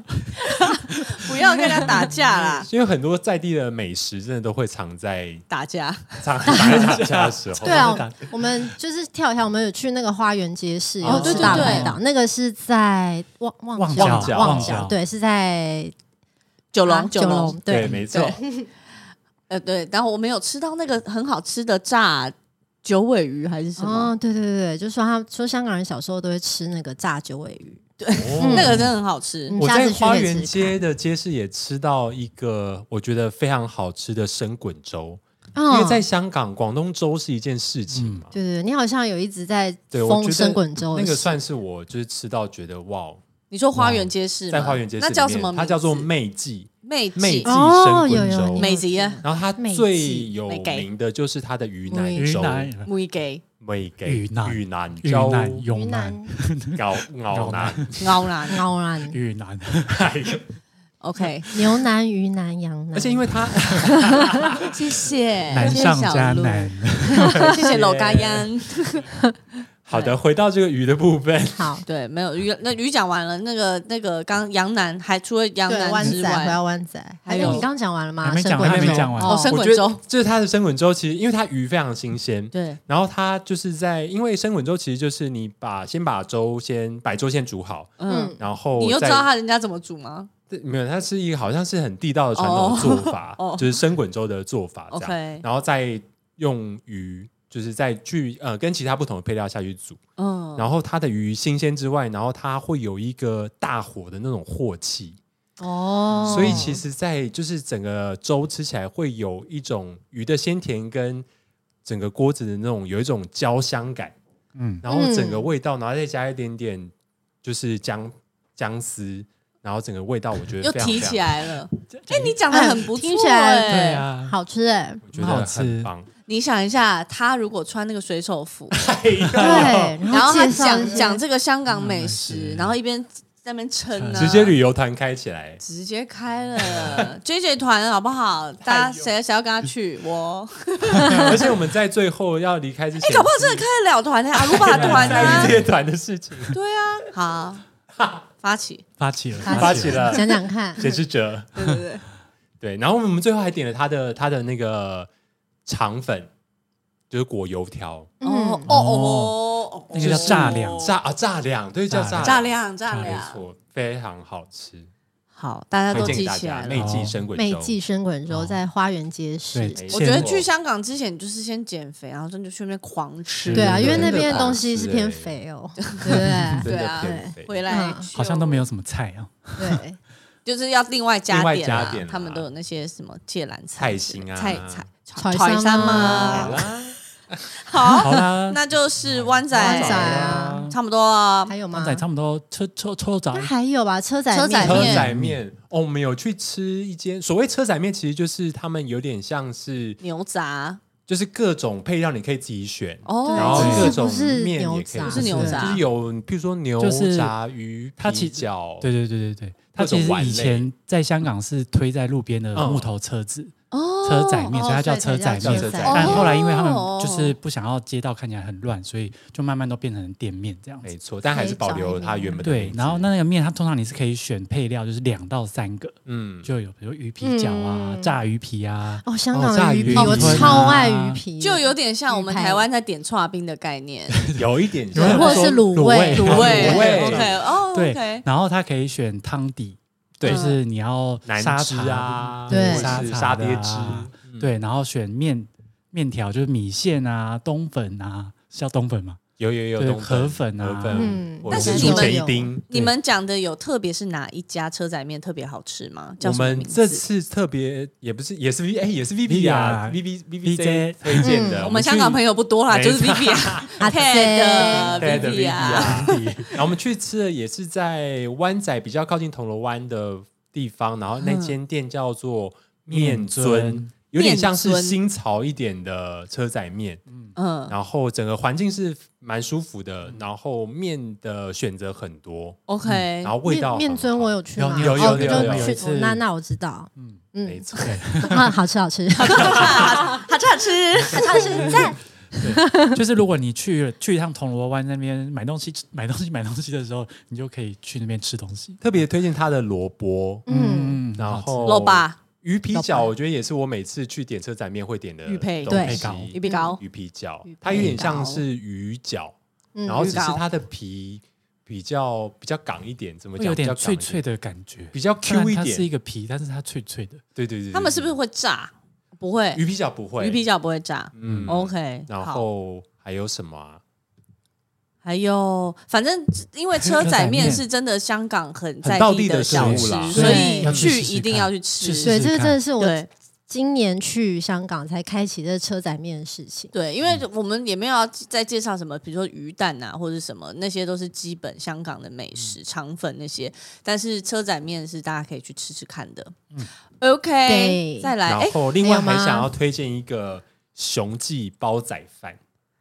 C: [laughs] 不要跟人家打架啦，
B: 因为很多在地的美食真的都会藏在
C: [laughs] 打架。
B: 藏藏在打架的时候。
D: 对啊
A: 我打，
D: 我们就是跳一下，我们有去那个花园街市，
A: 哦
D: 有
A: 对
D: 吃
A: 对
D: 大
A: 对
D: 排档，那个是在旺旺
A: 角
B: 角
D: 旺
A: 旺
D: 角，
A: 角
D: 对，是在
C: 九
D: 啊
C: 龙，
D: 九
C: 龙，
D: 龙，
B: 对，
D: 对，
B: 没错，
C: 呃，对，然后我们有吃到那个很好吃的炸九尾鱼还是什么，
D: 哦，对对对对，就说他说香港人小时候都会吃那个炸九尾鱼，
C: 那个
A: 的
C: 真的很好吃
D: 嗯。
B: 我
D: 下
B: 在
D: 次去
B: 花
D: 可以
B: 园
D: 吃
B: 街的街市也吃到一个我觉得非常好吃的生滚粥，因为
D: 哦，
B: 在香港广东粥是一件事情嘛。
D: 对对，对你好像有一直在
B: 对，我觉
D: 封
B: 得
D: 生滚粥的
B: 那
D: 事，
B: 个算是我就是吃到觉得哇，哦
C: 你说花园街市吗
B: 在花园街市
C: 那
B: 里
C: 叫
B: 面
C: 什么名字？
B: 它叫做媚记，
C: 媚记
B: 媚记
D: 哦
B: 生
D: 有
B: 滚
D: 有
B: 粥
D: 有。
C: 美极啊，
B: 然后它
D: 媚
B: 最
D: 记
B: 有
C: 媚记
B: 名的就是它的鱼腩
A: 云
B: 粥，
A: 南
C: 媚记
B: 美给
A: 鱼腩
B: 鱼腩
A: 云
B: 粥，
A: 南永
D: 云
A: 南
D: 南
B: 搞 [laughs] 咬腩，
C: 熬啦
D: 牛腩、
A: 越南，
C: ，OK，
D: 牛腩、鱼腩、羊腩，
B: 而且因为
C: [laughs]
B: 它
C: 谢谢，
A: 难
C: 谢谢
A: 上
C: 小
A: 加
C: 鹿 [laughs]
A: 难，
C: 谢谢楼嘎央。
B: 好的，回到这个鱼的部分，
D: 好，
C: 对，没有鱼，那鱼讲完了，那个那个刚杨楠还除了杨
D: 对，
C: 楠
D: 湾
C: 之
D: 仔回
C: 外，
D: 到湾仔，
C: 还
D: 还
C: 有
D: 有你刚讲完了吗？
A: 还没
D: 生
A: 讲
D: 滚
A: 还没
D: 粥
A: 讲完
D: 哦
C: 哦，生
B: 我
C: 滚
B: 觉
C: 粥
B: 得，就是它的生滚粥，其实因为它鱼非常新鲜，
C: 对，
B: 然后它就是在，因为生滚粥其实就是你把先把粥先白粥先煮好，
C: 嗯，
D: 嗯，
B: 然后
C: 你又知
B: 再
C: 道他人家怎么煮吗
B: 对没有，它是一个好像是很地道的传统的做法，
C: 哦哦 [laughs]
B: 就是生滚粥的做法这样，
C: ？OK，
B: 然后再用鱼，就是再去呃跟其他不同的配料下去煮，
C: 嗯，
B: 然后它的鱼新鲜之外，然后它会有一个大火的那种镬气，
D: 哦，
B: 所以其实，在就是整个粥吃起来会有一种鱼的鲜甜跟整个锅子的那种有一种焦香感，
A: 嗯，
B: 然后整个味道，然后再加一点点就是姜姜丝，然后整个味道我觉得
C: 又
B: 非常
C: 提起，来了。哎，你讲的
D: 哎
C: 很不错
D: 听起，来
A: 对
C: 哎，
A: 啊，
D: 好吃哎，
B: 非常我觉得很棒。
C: 你想一下，他如果穿那个
D: [laughs]
C: 水手服，
D: 对，
C: 然后他
D: 介绍
C: 讲
D: 一些
C: 讲这个香港美
A: 嗯
C: 食
A: 是，
C: 然后一边在那边撑呢，
B: 直接旅游团开起
C: [laughs]
B: 来，
C: 直接开了 [laughs] JJ 团好不好？大家谁谁要跟他去？我
B: 而且我们在最后要离开之前，
C: 哎，搞不好真的开得了团呢，啊阿鲁
B: [laughs]
C: 巴团
B: 在
C: 呢
B: 于这？些团的事情
C: 对啊，好，发起，
A: 发起了，
B: 发起了
D: 想想看，
B: 谁是者。
C: 对对对，
B: 对，然后我们最后还点了他的他的那个肠粉，就是果油条
C: 哦
D: 嗯，
C: 哦哦，
A: 那个叫炸两
B: 炸啊炸两，对，叫炸
C: 炸量炸
B: 没
C: 量，
B: 错，非常好吃，
C: 好，大家
B: 推
C: 都
B: 荐给
C: 记
B: 大
C: 起
B: 家。
C: 来
B: 内
C: 了。哦
B: 记生滚
D: 媚
B: 粥，
D: 记生滚粥在花园街
A: 对
D: 市。，
C: 我觉得去香港之前，你就是先减肥，然后真的去那边狂吃。
A: 对
D: 对啊，因为那
B: 真的
D: 边的
B: 狂
D: 东西
B: 吃
D: 是偏
B: 欸
D: 肥 [laughs] 哦，对不
B: 真
D: 对？
C: 对
B: 的
C: 啊
B: 偏
C: 回
B: 肥，
C: 来
D: 嗯
A: 好像都没有什么菜啊，
D: 对，
C: 就是要另外加
B: 另外
C: 点啦
B: 加点啦啊
C: 他们都有那些什么芥蓝
B: 菜
C: 菜
B: 心啊
C: 菜菜
D: 菜
C: 菜
D: 心啊
C: 山
B: 好
C: 嘛。
B: 啦
C: 好，
A: 好啦，
C: 啊那就是湾仔，
D: 湾仔
A: 啊
C: 差不多啊。
D: 还有吗
A: 旺？仔差不多车车车仔
D: 那还有吧，车仔
C: 车仔
B: 车
C: 面
B: 仔面哦，我们有去吃一间所谓车仔面，其实就是他们有点像是
C: 牛杂
B: 就是各种配料你可以自己选，
C: 哦
D: 对
B: 然后
D: 其实
B: 各
D: 不
B: 种
D: 是
B: 面
D: 牛
B: 也可以
D: 杂
C: 不是牛
D: 对
C: 杂
B: 就是有，譬如说牛
A: 就是
B: 杂鱼、
A: 它
B: 啤
A: 其
B: 酒，
A: 对对对对对，它
B: 各种
A: 其实
B: 碗类
A: 以前在香港是推在路边的
B: 嗯
A: 木头车子，
C: 哦
A: 车仔面，
D: 哦
A: 所以它叫车
D: 所以
A: 仔
D: 才
A: 面。
D: 叫
B: 车仔
A: 但后来因为他们
C: 哦
A: 就是不想要街道看起来很乱，所以就慢慢都变成店面这样子。
B: 没错，但还是保留它原本的名
A: 对，
B: 字
A: 然后那那个面，它通常你是可以选配料，就是两到三个，
B: 嗯，
A: 就有比如鱼皮饺啊、
D: 嗯
A: 炸鱼皮啊，
D: 哦，香
B: 哦
D: 港
B: 炸
D: 的鱼
B: 鱼
D: 皮，
B: 皮
D: 我
A: 吞
D: 超
A: 啊
D: 爱鱼皮，
C: 就有点像我们台湾在点串冰的
B: [laughs]
C: 概念，
B: 有一点
A: 有人
D: 或
A: 会
D: 者
A: 说
D: 是卤
A: 卤
D: 味
C: 卤味
B: 卤味
C: OK 哦
A: 对
C: OK，，
A: 然后它可以选汤底，
B: 对
A: 就是你要
B: 南
A: 沙
B: 汁
A: 茶
B: 啊，
D: 对
B: 或者
A: 沙
B: 是
A: 茶
B: 沙
A: 的
B: 爹汁
A: 啊，
B: 嗯
A: 对，然后选面面条就是米线啊、冬粉啊，是叫冬粉吗？
B: 有有有
A: 对
B: 冬粉
A: 河粉啊
B: 河粉
D: 嗯
B: 或者
C: 但是
B: 是
C: 你们
B: 陈一丁。
C: 你们讲的有特别是哪一家车仔面特别好吃吗？叫
B: 我
C: 什么
B: 们
C: 名字
B: 这次特别也不是也是 V 哎也是 V B 啊 V B V B C 推荐的，
D: 嗯
C: 我们香港朋
B: 友
C: 友不多啦，
B: 没
C: 就是 v
B: 差
C: i v i
B: [laughs]
C: a
D: 阿姐，
C: Ted
B: 对的 V B
C: Vivi 啊，
B: 啊，然后我们去吃的也是在湾仔比较靠近铜锣湾的地方，然后
C: 嗯
B: 那间店叫做面尊
A: 尊。
B: 有点像是
C: 面尊
B: 新潮一点的车仔面，
C: 嗯，
B: 然后整个环境是蛮舒服的，然后面的选择很多，
C: OK，
B: 嗯然后味道很
D: 面面尊
B: 好
D: 我有去
A: 有
D: 吗？
A: 你有
D: 哦
B: 有
D: 就
B: 有有
A: 有一
D: 去
A: 次
D: 那那我知道，
A: 嗯
B: 没
D: 嗯，
B: 错，
D: 啊，好吃好吃，
C: 好吃好吃，
D: 好吃嗯赞，
A: 就是如果你去去一趟铜锣湾那边买东西、买东西、买东西的时候，你就可以去那边吃东西。
B: 特别推荐它的萝卜，
D: 嗯，
B: 然后
C: 肉吧，
B: 鱼皮
D: 肉
B: 饺，
D: 吧
B: 我觉得也是我每次去点车仔面会点的
C: 鱼配
B: 东
D: 对
B: 西
A: 鱼
C: 鱼皮糕
B: 鱼皮饺
C: 鱼皮，
B: 它有点
C: 糕
B: 像是鱼饺，
D: 嗯
B: 然后只
C: 鱼
B: 是
C: 糕
B: 它的皮比较比较港一点，怎么
A: 会
B: 讲？
A: 有
B: 比
A: 点
B: 较港
A: 脆
B: 一
A: 脆，的感觉
B: 比较
A: 虽然
B: Q 一
A: 它是一
B: 点。
A: 个皮，但是它脆脆的。
B: 对对对，
C: 他们是不是
B: 对
C: 会炸？不会，
B: 鱼皮饺不会？
C: 鱼皮饺不会炸。
B: 嗯
C: OK，
B: 然
C: 好
B: 后还有什么啊？
C: 还有，反正
B: [laughs]
C: 因为车仔面是真的香港很在
B: 道地
C: 地
B: 的食
C: 小
B: 物
C: 吃
B: 啦，
C: 所
D: 对
C: 以
A: 要去
C: 去
A: 试试
C: 一定
A: 看
C: 要去吃。
A: 试试
D: 对，这个
A: 看
D: 真的是我
C: 对
D: 今年去香港才开启这车仔面的事情。
C: 对，因为
A: 嗯
C: 我们也没有要再介绍什么，比如说鱼蛋啊，或者什么，那些都是基本香港的美食，
A: 嗯
C: 肠粉那些。但是车仔面是大家可以去吃吃看的。OK，
A: 嗯
D: 对
C: 再来，哎
B: 然，后另外
D: 还
B: 还
D: 有吗
B: 想要推荐一个熊记煲仔饭，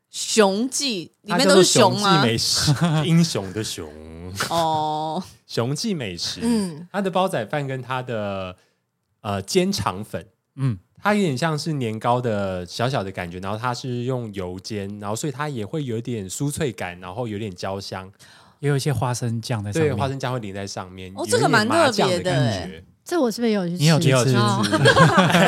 C: 熊记里
B: 它
C: 面
B: 叫
C: 都
B: 做
C: 是熊啊
B: 记
C: 吗？
B: 美食，英雄的熊。
C: [laughs] 哦，
B: 雄记美食，
D: 嗯
B: 它的煲仔饭跟它的呃煎肠粉，
A: 嗯，
B: 它有点像是年糕的小小的感觉，然后它是用油煎，然后所以它也会有一点酥脆感，然后有点焦香，
A: 也有一些花生酱在上
B: 对，
A: 面。
B: 花生酱会淋在上面，
C: 哦
B: 有一
C: 这个
B: 点
C: 蛮
B: 麻
C: 特
B: 酱
C: 别
B: 的
C: 的哎
B: 感
C: 欸
B: 觉，
D: 这我是不是也有去吃？
A: 你有去
B: 你有
A: 吃
B: 吃
D: 哦
B: 吃？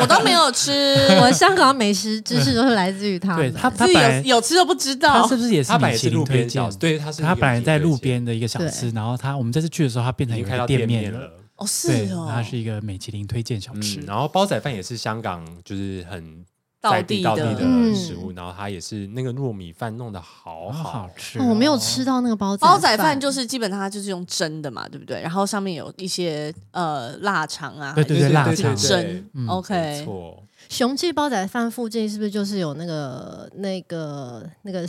C: 我都没有吃，
D: [laughs] 我香港美食知识都是来自于他
A: 对
D: 们。
A: [laughs] 它它
C: 自己
A: 本来
C: 有有吃都不知
A: 它
C: 道
A: 是。不是 [laughs] 也是
B: 它本来
A: 米
B: 也
A: 其
B: 是
A: 林
B: 路
A: 推
B: 边小
A: 荐
B: 吃，？对，它是
A: 它
B: 一个
A: 本来
B: 米其
A: 在
B: 林
A: 路
B: 推荐
A: 边的一个小
D: 对
A: 吃，然后它我们这次去的时候，它变
B: 已
A: 成
B: 经
A: 有一
B: 开
A: 个
B: 到店
A: 面
B: 面。了。
C: 哦，是
A: 对，
C: 哦，
A: 它是一个米其林推荐小吃
B: 嗯，。然后煲仔饭也是香港，就是很
C: 道
B: 在
C: 地
B: 地
C: 的
B: 道地的
D: 嗯
B: 食物，然后它也是那个糯米饭弄得好
A: 好
B: 好
A: 好吃、
D: 哦我没有吃，到那个哦煲仔
C: 煲仔饭就是基本上它就是用蒸的嘛，对不对？然后上面有一些呃腊肠啊，
A: 对对对辣
B: 对
A: 肠
B: 对
C: 蒸。
A: 嗯
C: OK，
B: 错，
D: 雄记煲仔饭附近是不是就是有那个那个那个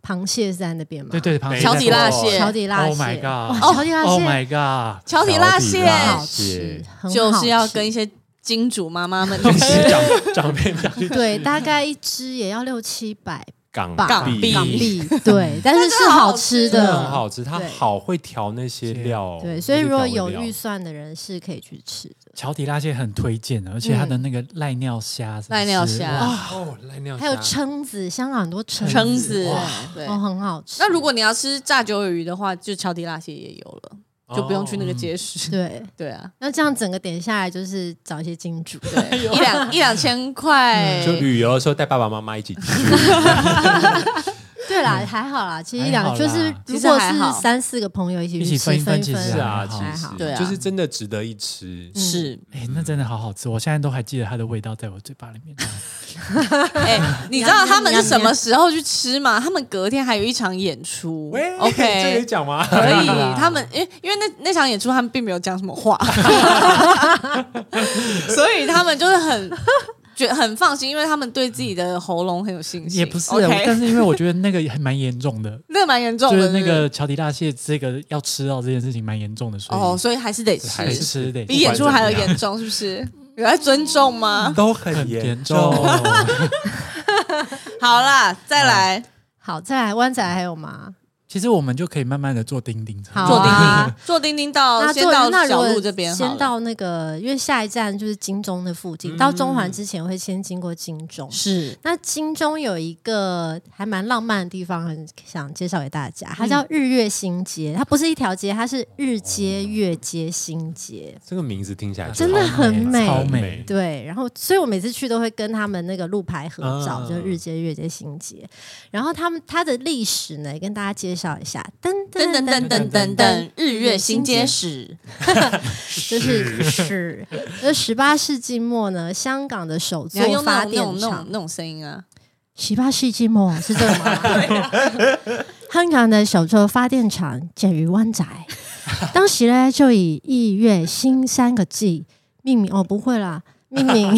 D: 螃蟹是在那边嘛？
A: 对对，旁
B: 没
A: 边
C: 桥底
B: [laughs]
C: 辣蟹
D: 桥底辣蟹
A: Oh my god
D: 哇桥底辣蟹
A: ，Oh my god！
C: 桥底辣
B: 桥
C: 蟹
B: 底辣
D: 哦好吃，很好吃
C: 就是要跟一些
D: [laughs]
C: 金主妈妈们去
B: 其
C: 吃
B: 实长长辈们要去吃
D: 对，大概一只也要六七百
B: 港
D: 港
B: 币，
D: 港币，对，但 [laughs] 是是好吃啊
B: 真的很
D: 的，
B: 好吃，它
D: 对
B: 好会调那些料哦，
D: 对，所以
B: 那些
D: 如果
B: 调
D: 有
B: 味料
D: 预算的人是可以去吃的。
A: 桥底拉蟹很推荐的，而且它的那个赖尿虾是不是，
C: 嗯赖尿虾
A: 哇
B: 啊哦，赖尿
A: 嗯
D: 还有
B: 虾
D: 蛏子，香港很多蛏
C: 蛏子
A: 哇，
C: 对。
D: 哦，很好吃。
C: 那如果你要吃炸九尾鱼的话，就桥底辣蟹也有了，
B: 哦
C: 就不用去那个街市。
D: 对，
C: 对啊，
D: 那这样整个点下来就是找一些金
C: [laughs]
D: 主，
C: 对，一两一两千块
B: 哦就旅游的时候带爸爸妈妈一起去，
D: 对啦，还好啦，其实一
A: 还
D: 两
A: 好啦
D: 就是
A: 其
D: 如
C: 实
D: 果
C: 嗯还
D: 是
C: 好
D: 三四个朋友一起
A: 一
D: 去
A: 起
D: 吃
A: 分一
D: 分
A: 分
D: 一
A: 其
D: 分
A: 实
B: 是
A: 还
B: 啊，其
A: 好
B: 实
C: 对啊
B: 就是真的值得一吃。
D: 嗯
C: 是，
A: 哎、那真的好好吃，我现在都还记得它的味道在我嘴巴里
C: [laughs]
A: 面。
D: 嗯
C: 哎、你知道他们是什么时候去吃吗？他们隔天还有一场演出
B: 喂这可以
C: ，OK，
B: 讲吗？
C: 可以
A: 啦。
C: 他们因为因为那那场演出他们并没有讲什么话， [laughs] 所以他们就是很觉很放心，因为他们对自己的喉咙很有信心。
A: 也不是
C: o
A: 但
C: k
A: 是因为我觉得那个还蛮严重的，
C: 那蛮严 [laughs] 重
A: 就
C: 的，
A: 是那
C: 对不
A: 个桥底大蟹这个要吃到这件事情蛮严重的，所
C: 对
A: 以
C: 哦，所以还是得
A: 还是
C: 吃，
A: 吃得
C: 比演出还要严重，是不是？有在尊重
A: [laughs]
C: 吗？
B: 都很
A: 很严
B: 严
A: 重。 [laughs]
C: 好啦，再来
D: 好，再来湾仔还有吗？
A: 其实我们就可以慢慢的做钉钉车，
D: 好
C: 坐叮
D: 啊
C: 叮，坐叮叮到
D: 那
C: 哦先
D: 坐
C: 到
D: 那如
C: 小
D: 果
C: 路这边好
D: 先
C: 了，
D: 到那个，因为下一站就是金钟的附近，
B: 嗯
D: 到中环之前会先经过金钟。
C: 是
D: 那金钟有一个还蛮浪漫的地方，很想介绍给大家，
C: 嗯
D: 它叫日月新街，它不是一条街，它是日
A: 哦
D: 街、月街、新街。
B: [laughs] 这个名字听起来
D: 真的很美
A: 超
B: 美
A: 美。
D: 对，然后所以我每次去都会跟他们那个路牌合照，就日街、月街、新街。然后他们它的历史呢，也跟大家介绍一下。噔
C: 噔
D: 噔噔噔
C: 噔噔
D: 噔
C: 噔噔
D: 噔
C: 噔
D: 噔，，
C: 日月新街史，
D: 就是是，那十八世纪末呢，香港的首
C: 你要
D: 座
C: 用
D: 发
C: 那种
D: 电
C: 那种那种
D: 厂。
C: 那种声音啊，
D: 十八世纪末是这个吗？香港的首座发电厂建于湾仔，当时呢就以“日月新”三个字命名。哦，不会啦，命名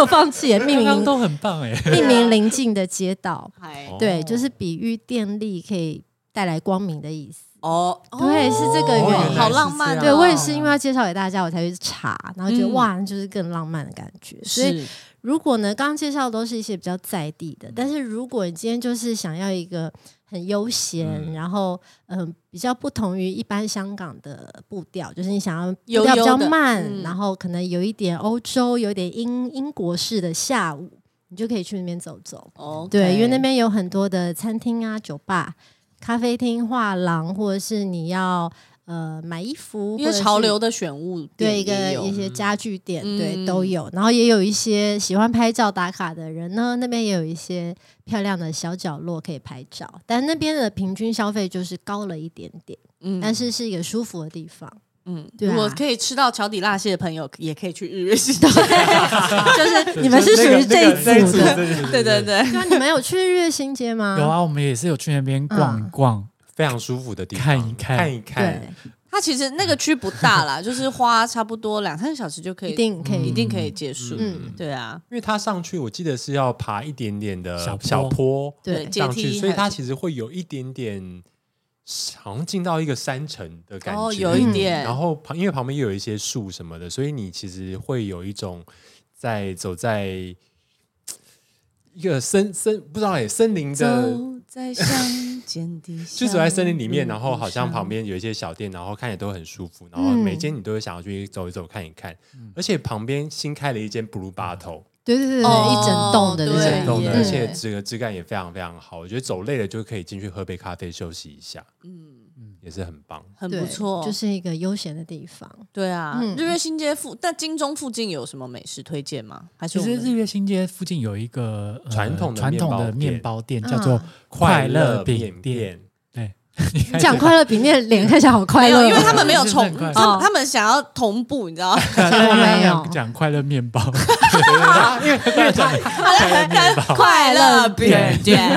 D: 我放弃了，命
A: 刚刚
D: 名
A: 都很棒哎、
D: 命名邻近的街道。
C: 嗨
B: 哦
D: 对，就是比喻电力可以带来光明的意思。
C: 哦，
D: 对是这个原因
C: 好浪漫哦。
D: 对我也是因为要介绍给大家，我才去查，然后觉得、
C: 嗯
D: 哇，那就是更浪漫的感觉。所以
C: 是
D: 如果呢，刚刚介绍的都是一些比较在地
C: 嗯
D: 的，但是如果你今天就是想要一个很悠闲，
B: 嗯
D: 然后嗯、呃比较不同于一般香港的步调，就是你想要
C: 悠
D: 步调比较
C: 悠的
D: 慢，
C: 嗯
D: 然后可能有一点欧洲，有一点英英国式的下午，你就可以去那边走走。
C: 哦，
D: 对，因为那边有很多的餐厅啊、酒吧、咖啡厅、画廊，或者是你要呃买衣服，
C: 因
D: 或
C: 为
D: 者是
C: 潮流的选物
D: 对
C: 店
D: 一个
C: 也有
D: 一些家具店，
C: 嗯
D: 对都有，然后也有一些喜欢拍照打卡的人呢，那边也有一些漂亮的小角落可以拍照，但那边的平均消费就是高了一点点，
C: 嗯
D: 但是是一个舒服的地方，
C: 嗯，
D: 对啊
C: 如果可以吃到桥底辣蟹的朋友，也可以去日月新 [laughs] 街，
D: 就是你们是属于这一组的。
C: 对对对，
D: 对啊，你们有去日月新街
C: 嗯
D: 吗？
A: 有啊，我们也是有去那边逛一逛，
B: 非常舒服的地方，
A: 看一看
B: 看一
D: 对
B: 看，，
C: 它其实那个区不大啦，就是花差不多两三个小时就可以，
D: 一定可
C: 一
D: 以。
C: 定可以结束。
D: 嗯
C: 对啊，
B: 因为它上去我记得是要爬一点点的
A: 小坡
B: 小坡
D: 对
C: 阶
B: 上去，
C: 梯，
B: 所以它其实会有一点点，好像进到一个山城的感觉，
C: 哦有一
D: 嗯
C: 点，
B: 然后旁因为旁边又有一些树什么的，所以你其实会有一种在走在嘖一个森森不知道哎、森林的，
C: 走在乡间
B: [laughs]
C: 的
B: 就走在森林里
C: 嗯
B: 面，然后好像
C: 路上
B: 旁边有一些小店，然后看起来都很舒服，然后
C: 嗯
B: 每间你都会想要去走一走看一看，
A: 嗯
B: 而且旁边新开了一间 Blue Bottle，、
D: 对对对对，
C: 哦
D: 一整栋的
C: 对
B: 一
D: 那
B: 整
D: 种，
B: 栋的，
C: 耶
B: 而且这个质感也非常非常好。我觉得走累了就可以进去喝杯咖啡休息一下，
C: 嗯，
B: 也是很棒。
C: 很
D: 嗯对
C: 不错，
D: 就是一个悠闲的地方。
C: [laughs] 对啊。
D: 嗯
C: 日月新街附，但金钟附近有什么美食推荐吗？还
A: 其
C: 是我
A: 实日
C: 们
A: 月新街附近有一个、呃
B: 传统的
A: 传统的
B: 面
A: 面
B: 包
A: 包
C: 嗯
A: 店，叫做
D: 啊
A: 快乐
B: 乐
A: 饼店。
B: 店。
D: 你讲快乐比面脸看起来好快乐哦，
C: 没有因
D: [laughs]
C: 为他们没有
A: 是
C: 重
A: 很，快
C: 他们
D: 哦
C: 他们想要同步，你
B: [laughs]
C: 知道吗？
A: 对但是他
C: [laughs]
D: 没
C: 哦
D: 有
A: 讲讲快乐面 [laughs] 包，
C: [laughs] 快乐饼店，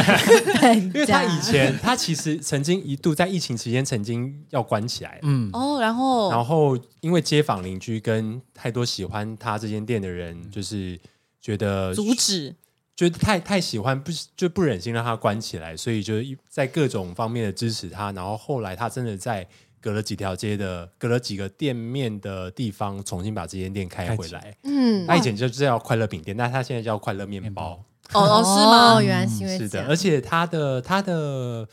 B: 因为他以前，他其实曾经一度在疫情期间曾经要关起来，
A: 嗯，
C: [laughs] 哦，然后
B: 然后因为街坊邻居跟太多喜欢他这间店的人，就是觉得
C: 阻止，
B: 就太太喜欢，不就不忍心让他关起来，所以就一在各种方面的支持他。然后后来他真的在隔了几条街的、隔了几个店面的地方，重新把这间店开回来。
D: 嗯
B: 他以前就叫快乐饼店，但他现在叫快乐面包。
C: 哦哦，是吗？
D: 原来是因
B: 嗯
D: 为
B: 是
D: 这
B: 的，
D: 样。
B: 而且它的它的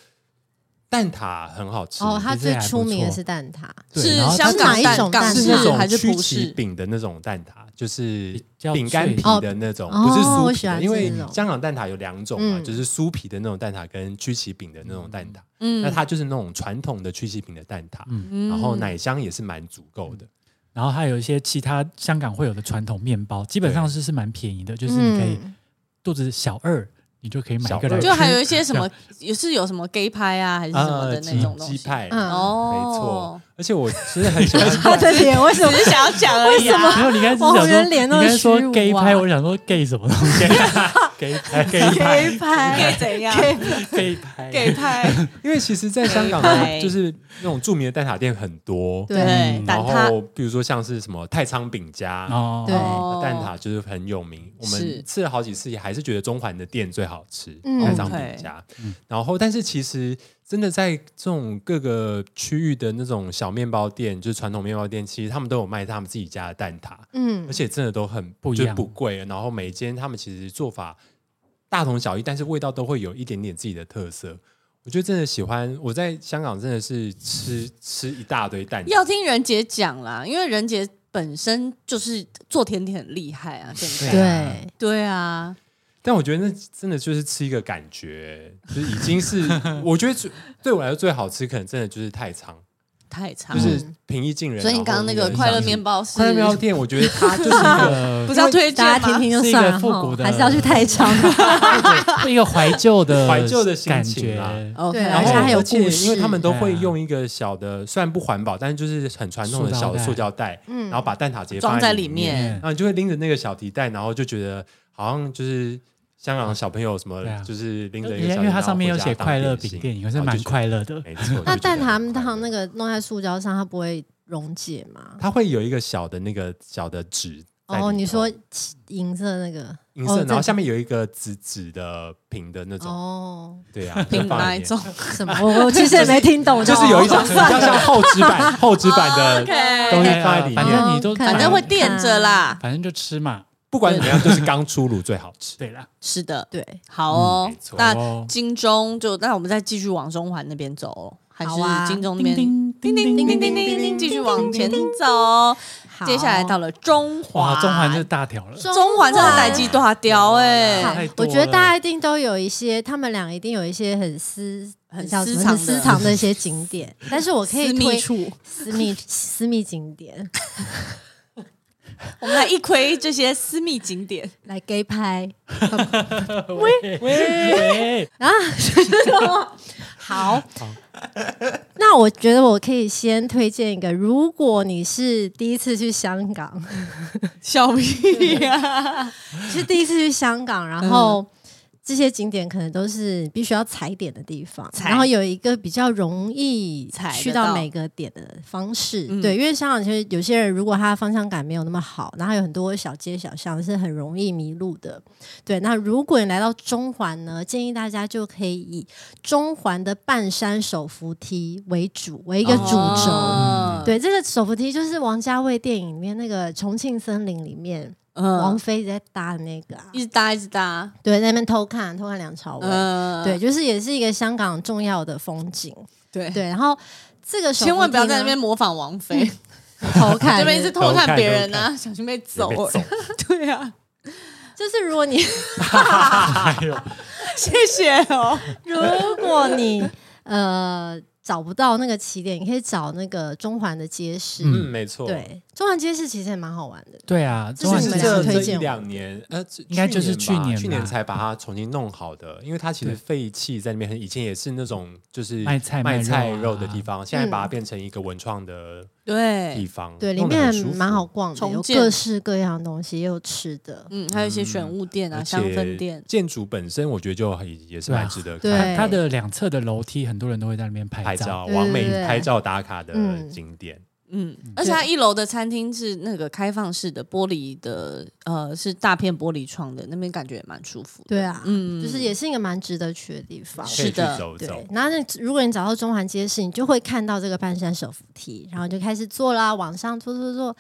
B: 蛋挞很好吃
D: 哦，它
B: 就是
D: 最
B: 还不
D: 出名的
B: 错
D: 是蛋挞，
B: 对
C: 是
B: 然后它
C: 香
D: 是哪
C: 港
D: 一
C: 蛋
D: 种
C: 港
D: 蛋
B: 是
D: 挞
B: 那
C: 式
B: 种
C: 还是
B: 曲
C: 葡
B: 奇
C: 式？
B: 饼的那种蛋挞，就是
A: 较
B: 饼干
A: 脆
B: 皮
D: 哦
B: 的那种，
D: 哦
B: 不是酥
D: 我
B: 皮
D: 喜欢
B: 的。
D: 吃
B: 因为
D: 那种
B: 香港蛋挞有两种嘛，
D: 嗯
B: 就是酥皮的那种蛋挞跟曲奇饼的那种蛋挞。
C: 嗯
B: 那它就是那种传统的曲奇饼的蛋挞，然后奶香也是蛮足够的。
C: 嗯
A: 然后还有一些其他香港会有的传统面包，基本上是是蛮便宜的，就是你可以
D: 嗯，
A: 肚子小饿，你就可以买一个来
B: 小饿
A: 吃。
C: 就还有一
B: [laughs]
C: 些什么，也是有什么 gay 拍啊，还是什么
B: 啊，
C: 的
B: 鸡
C: 那种东
B: 鸡
C: 西。
B: 派，
D: 嗯
B: 没
C: 哦
B: 错，。而且我其实很喜欢
D: 他的脸为什么
C: 只？是想要讲而已、啊。
A: 没有，你刚才是
D: 王
A: 想说，
D: 源脸
A: 你
D: 那么
A: 刚才说
D: 虚无
A: gay
D: 啊
A: 拍，我想说 gay 什么东西？gay 拍 gay
D: 黑
C: 可
D: 拍
C: 以怎样？
B: [laughs]
A: gay 拍
C: 给派
B: 因为其实，在香港
C: 对
B: 的就是那种著名的蛋挞店很多，
D: 对
A: 嗯
C: 蛋
B: 然
C: 挞
B: 后比如说像是什么太仓饼家，
A: 哦，
D: 对
C: 哦
B: 蛋挞就是很有名，我
C: 是
B: 们吃了好几次，也还是觉得中环的店最好吃，
D: 嗯
B: 蛋挞
C: OK
B: 饼家。
A: 嗯
B: 然后，但是其实真的在这种各个区域的那种小面包店，就是传统面包店，其实他们都有卖他们自己家的蛋挞，
D: 嗯
B: 而且真的都很
A: 不一
B: 就是
A: 样
B: 不贵。然后每一间他们其实做法大同小异，但是味道都会有一点点自己的特色。我觉得真的喜欢，我在香港真的是吃吃一大堆蛋挞，
C: 要听任杰讲啦，因为任杰本身就是做甜点很厉害啊，现在
D: 对，
C: 对啊，
B: 但我觉得那真的就是吃一个感觉，就是已
A: [laughs]
B: 经是我觉得最对我来说最好吃，可能真的就是太仓，
C: 太长
B: 就
C: 了。
B: 是平易近人。
C: 所以你刚刚那
B: 然后
C: 个快乐面
B: 包，
C: 包是
B: 快乐面包店，我觉得它就是一
D: [laughs]
B: 个
C: 不是要推荐
D: 大
C: 吗？
D: 家听听就
A: 一
D: 是算
A: 个
D: 了
A: 复
D: 哈
A: 古，的
D: 还是要去太长。
A: 一个怀旧的
B: 怀旧的心
A: 感
B: 情啦
A: 觉。
C: OK，
D: 对
B: 然
D: 而
B: 后
D: 且还有
B: 而且
D: 故事
B: 因为他们都会
A: 对啊
B: 用一个小的，虽然不环保，但是就是很传统
A: 塑
B: 的
A: 料
B: 小
A: 袋
B: 的塑胶袋，
D: 嗯
B: 然后把蛋挞直接
C: 装
B: 放在
C: 在
B: 里
C: 里
B: 面，
C: 面
A: 面
B: 然后你就会拎着那个小提袋，然后就觉得好像就是。香港的小朋友什么
A: 对啊，
B: 就是拎着一
A: 因为
B: 个小提袋，
A: 因为它上面有
B: 然后
A: 写
B: 回家当
A: 快乐
B: 点
A: 饼
B: 心
A: 店，也
B: 然
A: 是
B: 后
A: 蛮
B: 就觉得
A: 快乐的。
B: 没错，
D: 那
B: 就觉
D: 蛋
B: 得很
D: 挞
B: 快乐
D: 烫那个弄在塑胶上，它不会溶解吗？
B: 它会有一个小的那个小的纸在里头。
D: 哦，你说银色那个
B: 银色，
D: 哦
B: 然后
D: 在
B: 下面有一个紫紫的瓶的那种，
D: 哦，
B: 对啊，
C: 听
B: 就放
C: 哪
B: 里
C: 一
B: 面
C: 种？
D: 什么？我我其实也没听懂，
B: 就是有一张比较像厚纸
D: [laughs]
B: 板、厚纸板
D: 哦
B: 的
C: OK
B: 东西
A: 对啊
B: 放在里
A: 反
B: 面，
A: 正你都
D: 看
C: 反正会垫着啦。
A: 反正就吃嘛。
B: 不管怎么样，就是刚出炉最好吃。
A: 对啦，
C: 是的，
D: 对，
C: 好哦
B: 嗯没。错
C: 那
A: 哦，
C: 金钟就那我们再继续往中环那边走哦，还是
D: 好啊
C: 金钟
A: 叮
C: 那边？
A: 叮叮叮
C: 叮
A: 叮叮
C: 叮叮
A: 叮，
C: 叮叮，继续往前走。接下来到了中环，
A: 哇，中环是大条了，
C: 中环真的代际多雕
A: 好
C: 哎，
A: 太
D: 我
A: 多
D: 觉得
A: 了
D: 大家一定都有一些，他们俩一定有一些很私、
C: 很
D: 叫什么
C: 私藏的
D: 很私藏的一些景点，但是我可以
C: 私密
D: 推
C: 处。
D: 私密 [laughs] 私密景点
C: 我们来一窥这些私密景点，
D: 来 gay 拍。
A: 喂喂，
D: 好，那我觉得我可以先推荐一个，如果你是第一次去香港，
C: 笑屁呀！
D: 是第一次去香
C: 嗯
D: 港，然后。这些景点可能都是必须要踩点的地方，
C: 踩
D: 然后有一个比较容易
C: 踩得
D: 去
C: 到
D: 到每个点的方式。
C: 嗯
D: 对，因为香港其实有些人如果他的方向感没有那么好，然后有很多小街小巷是很容易迷路的。对，那如果你来到中环呢，建议大家就可以以中环的半山手扶梯为主，为一个主轴。
C: 哦，
D: 对，这个手扶梯就是王家卫电影里面那个《重庆森林》里面、王
C: 嗯，
D: 菲在搭的那个、啊，
C: 一直搭一直搭，
D: 对，在那边偷看偷看梁朝伟，
C: 嗯，
D: 对，就是也是一个香港重要的风景。
C: 对
D: 对，然后这个手
C: 哎千万
D: 扶
C: 不要
D: 梯
C: 在
D: 呢
C: 那边模仿王菲，
D: 偷 [laughs] 看，
C: 这边一直偷看
B: 偷看
C: 别人呢，小心被走。哎 [laughs] 对啊，
D: 就是如果你
C: 谢谢哦。
D: 如果
C: [laughs]
D: 你呃找不到那个起点，你可以找那个中环的街市。
B: 嗯，没错，，
D: 对，中环街市其实也蛮好玩的。
A: 对啊，中
D: 这
A: 环
D: 是
B: 是
D: 你们
A: 这
D: 两
B: 这
D: 个推
B: 这
D: 荐
B: 一
D: 我
B: 两年，呃，这
A: 应该就是
B: 去吧
A: 去年吧
B: 去年才把它重新弄好的，因为它其实
A: 对
B: 废弃在那边，以前也是那种就是
A: 卖菜
B: 卖
A: 卖肉
B: 菜
A: 啊
B: 肉的地方，现在把它变成一个文创的地
C: 对，
B: 方，
D: 嗯对，里
B: 弄得嗯很
D: 面
B: 舒服
D: 蛮好。逛的，
C: 重
D: 有
C: 建
D: 各式各样的东西，也有吃的。
C: 嗯，还有一些玄物店啊、
B: 嗯而
C: 香氛
B: 且
C: 店，
B: 建筑本身，我觉得就也也是
A: 对啊
B: 蛮值得
D: 对
B: 看
A: 它的两侧的楼梯，很多人都会在那边
B: 拍
A: 拍照。
B: 照，
D: 对对
B: 完美
D: 对
B: 拍照打卡的景点。
C: 嗯，而且它一楼的餐厅是那个开放式的玻璃的，呃，是大片玻璃窗的，那边感觉也蛮舒服的。
D: 对啊，
C: 嗯，
D: 就是也是一个蛮值得去的地方。
B: 可以
C: 是
B: 去
C: 的
B: 走
D: 对
B: 走，，
D: 然后你如果你找到中环街市，你就会看到这个半山手扶梯，然后就开始坐啦，往上坐坐坐。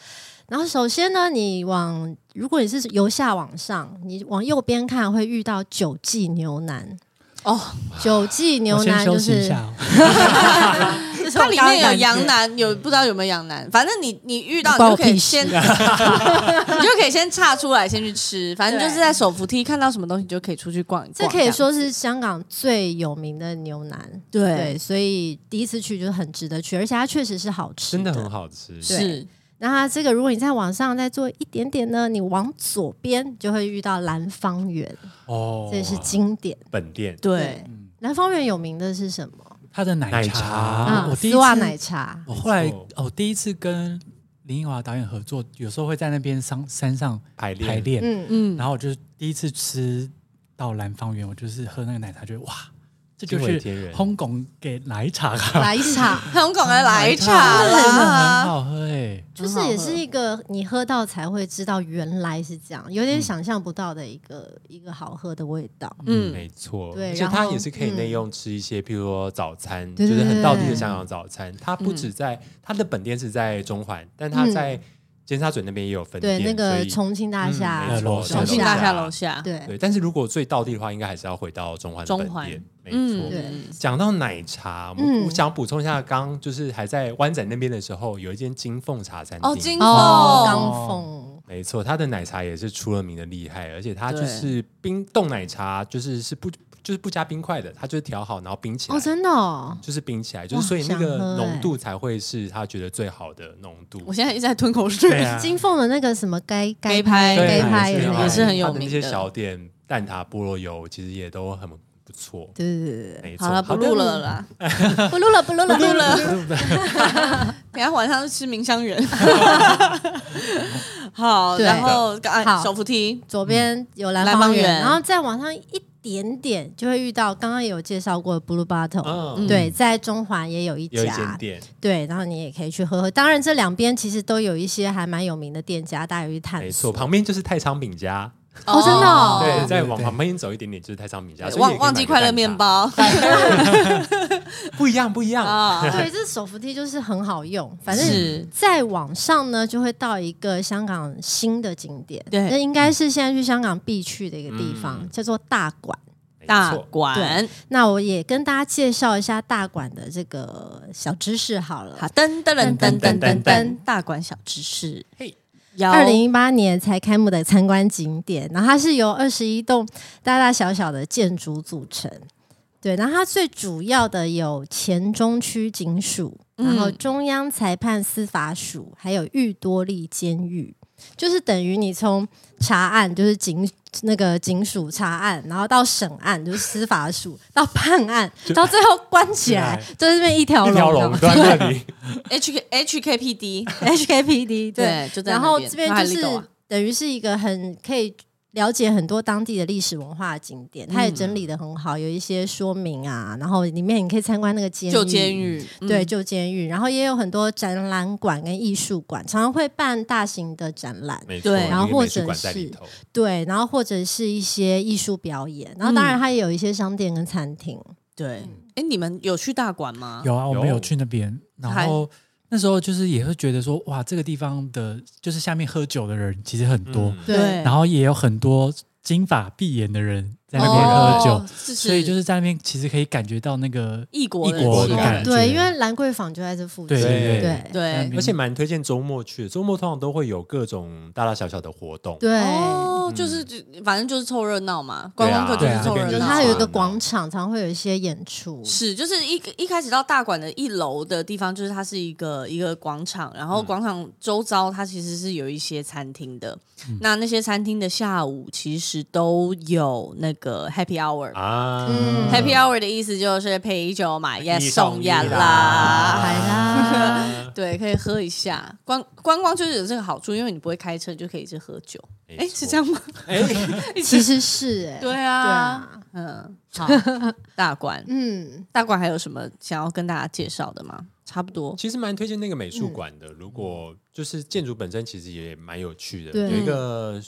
D: 然后首先呢，你往如果你是由下往上，你往右边看会遇到九记牛腩。
C: 哦，
D: 九记牛
A: 我先
D: 腩
A: 休
D: 就
A: 息一
D: 是
A: 下、哦。
D: 就是
C: 它
D: 我
C: 里
D: 刚刚
C: 面有
D: 感觉
C: 羊腩，有不知道有没有羊腩，反正你你遇到
D: 关我
C: 你就可以
D: 屁
C: 先，你 [laughs] 就可以先岔出来，先去吃。反正就是在手扶梯看到什么东西，你就可以出去逛一
D: 这
C: 逛。
D: 可以说是香港最有名的牛腩。
C: 这样
D: 对，所以第一次去就是很值得去，而且它确实是好吃
B: 真的很好吃。
D: 对
C: 是
D: 那它这个如果你在网上再做一点点呢，你往左边就会遇到兰芳园，
B: 哦
D: 这也是经典。
B: 本店
C: 对，
D: 南方园有名的是什么？啊
A: 他的奶
B: 奶
A: 茶，
B: 茶
A: 啊我第一
D: 嗯丝
A: 次
D: 袜奶茶。
A: 我后来
B: 没错
A: 哦，第一次跟林奕华导演合作，有时候会在那边山山上
B: 排练
A: 排练，
D: 嗯，
A: 然后我就是第一次吃到兰芳园，我就是喝那个奶茶，觉得哇，这就
B: 惊为
A: 是
B: 天人
A: 香港给奶茶啊，
D: 奶茶
C: 香港的奶茶
A: 真的很
C: 啦，
A: 好喝哎，
D: 就是
C: 很好喝
D: 也是一个你喝到才会知道原来是这样，有点想象不到的一个、一个好喝的味道。
C: 嗯，
B: 没错，
D: 对
B: 而且
D: 然
B: 它
D: 后
B: 也是可以内
D: 嗯
B: 用吃一些，譬如说早餐，就
D: 对对
B: 是很
D: 对
B: 道地
D: 对
B: 的香港早餐。它不止在它的本店是在中环，但它
D: 嗯
B: 在尖沙咀那边也有分
D: 对，
B: 店，
D: 那个
B: 所以
D: 重庆大厦
B: 嗯、没错
A: 楼下
C: 重庆大厦
B: 下
C: 楼下，
D: 对
B: 对，但是如果最道地的话，应该还是要回到中环的
C: 中
B: 本
C: 环
B: 店，没
C: 嗯，
B: 错。
D: 对
B: 讲到奶茶，我
D: 嗯
B: 我想补充一下，刚刚就是还在湾仔那边的时候，有一间金凤茶餐厅。
C: 哦，金
D: 哦，
C: 凤
D: 刚凤
B: 没错，它的奶茶也是出了名的厉害，而且它就
C: 对
B: 是冰冻奶茶，就是是不就是不加冰块的，它就是调好然后冰起来。
D: 哦，真的哦，
B: 就是冰起来，就是
D: 哇
B: 所以那个
D: 想喝欸
B: 浓度才会是他觉得最好的浓度。
C: 我现在一直在吞口水。
B: 对啊
D: 金凤的那个什么该该
C: 该拍
B: 对
D: 该
C: 该
D: 拍
B: 也
C: 也
B: 是
C: 是
B: 很
C: 也是很有
B: 它的
C: 名
B: 那些
C: 的
B: 小点蛋挞、菠萝油其实也都很不错。
D: 对对对
B: 没错，
C: 好了，不录了啦，
D: 对， [laughs] 不录了不录了
C: 不录了
A: 对不对？
C: 等一下晚上去吃茗香园。好，
D: 对
C: 然后啊，
D: 好
C: 手扶梯，
D: 左边有兰
C: 兰芳
D: 芳园，
C: 园
D: 然后再往上一点点就会遇到刚刚有介绍过的 Blue Bottle，、
B: 嗯
D: 对，在中环也有一
B: 有一间
D: 家，
B: 店，
D: 对，然后你也可以去喝喝。当然，这两边其实都有一些还蛮有名的店家，大家有去探
B: 没错，
D: 索。
B: 旁边就是太昌饼家，
D: 哦真的哦
B: 对，再往
A: 对
B: 旁边走一点点就是太昌饼家。所以也可
C: 忘
B: 以
C: 忘记
B: 买个
C: 快乐
B: 蛋挞
C: 面，包
B: 不一样，不一样。
C: 啊，
D: 对，这手扶梯就是很好用，反正。
C: 是
D: 再往上呢，就会到一个香港新的景点，
C: 对
D: 那应该是现在去香港必去的一个地方，
B: 嗯
D: 叫做大馆。
B: 没
C: 大
B: 错，
C: 馆，
D: 那我也跟大家介绍一下大馆的这个小知识好了。
C: 好，噔噔噔噔噔噔
D: 噔
C: 噔
D: 噔，
C: 大馆小知识，
B: 嘿，
C: 二
D: 二零一八年才开幕的参观景点，然后它是由二十一栋大大小小的建筑组成。对，然后它最主要的有前中区警署，
C: 嗯
D: 然后中央裁判司法署，还有玉多利监狱，就是等于你从查案，就是警那个警署查案，然后到审案，就是司法署，到判 [laughs] 案，到最后关起来，就是这边 [laughs] 一条
B: 一
D: 龙，
B: 条
D: [laughs]
B: 龙端那里，
C: H K H K P D，
D: HKPD 对。
C: [laughs] 对，就在
D: 然
C: 那
D: 后这边
C: 然后还
D: 就
C: 有
D: 是
C: 一个啊
D: 等于是一个很可以了解很多当地的历史文化景点，
C: 嗯
D: 它也整理的很好，有一些说明啊，然后里面你可以参观那个监狱，
C: 旧监狱，嗯
D: 对，旧监狱，然后也有很多展览馆跟艺术馆，常常会办大型的展览，
B: 没错，
C: [laughs] 对
B: 有
D: 然后
B: 一个美
D: 或
B: 术
D: 者
B: 馆在里
D: 是
B: 头，
D: 对，然后或者是一些艺术表演，然后当然它也有一些商店跟餐厅，
C: 对。哎，你们有去大馆吗？
A: 有啊，我们
B: 有
A: 有去那边，然后那时候就是也会觉得说，哇，这个地方的，就是下面喝酒的人其实很多，
B: 嗯
C: 对
A: 然后也有很多金发碧眼的人在那边喝酒，
C: 哦，是
A: 所以就是是在那边其实可以感觉到那个
C: 异国
A: 异
B: 国
C: 气
B: 的
C: 氛
B: 感觉
D: 对，因为兰桂坊就在这附近，
A: 对对
D: 对
C: 对
A: 嗯
B: 而且蛮推荐周末去的，周末通常都会有各种大大小小的活动。
D: 对
C: 哦，就是反正就是凑热闹嘛，观
B: 对
C: 光
B: 啊
C: 客就
A: 对
C: 是
A: 啊
C: 凑
B: 那
C: 热
B: 边
D: 就
C: 闹
D: 是
C: 啊。
D: 它有一个广场，常会有一些演出。
C: 是，就是一一开始到大馆的一楼的地方，就是它是一个一个广场，然
B: 嗯
C: 后广场周遭它其实是有一些餐厅的。
B: 嗯
C: 那那些餐厅的下午其实都有那个 Happy Hour。
B: 啊、
D: 嗯
C: Happy Hour 的意思就是陪酒买
B: 一
C: 烟
B: 送
C: 送
B: 一
C: 烟
B: 啦
C: 啦，
D: 海啦，
C: 对，可以喝一下。观观光就是有这个好处，因为你不会开车，你就可以一直喝酒。
B: 没
C: 哎，
B: 错
C: 是这样吗？ [laughs] 啊
D: 其实是哎、
C: 对
D: 对
C: 啊，
D: 啊，
C: 嗯，好，大馆，
D: 嗯，
C: 大馆还有什么想要跟大家介绍的吗？差不多。
B: 其实蛮推荐那个美术馆的。如果就是建筑本身，其实也蛮有趣的，
D: 对
B: 有一个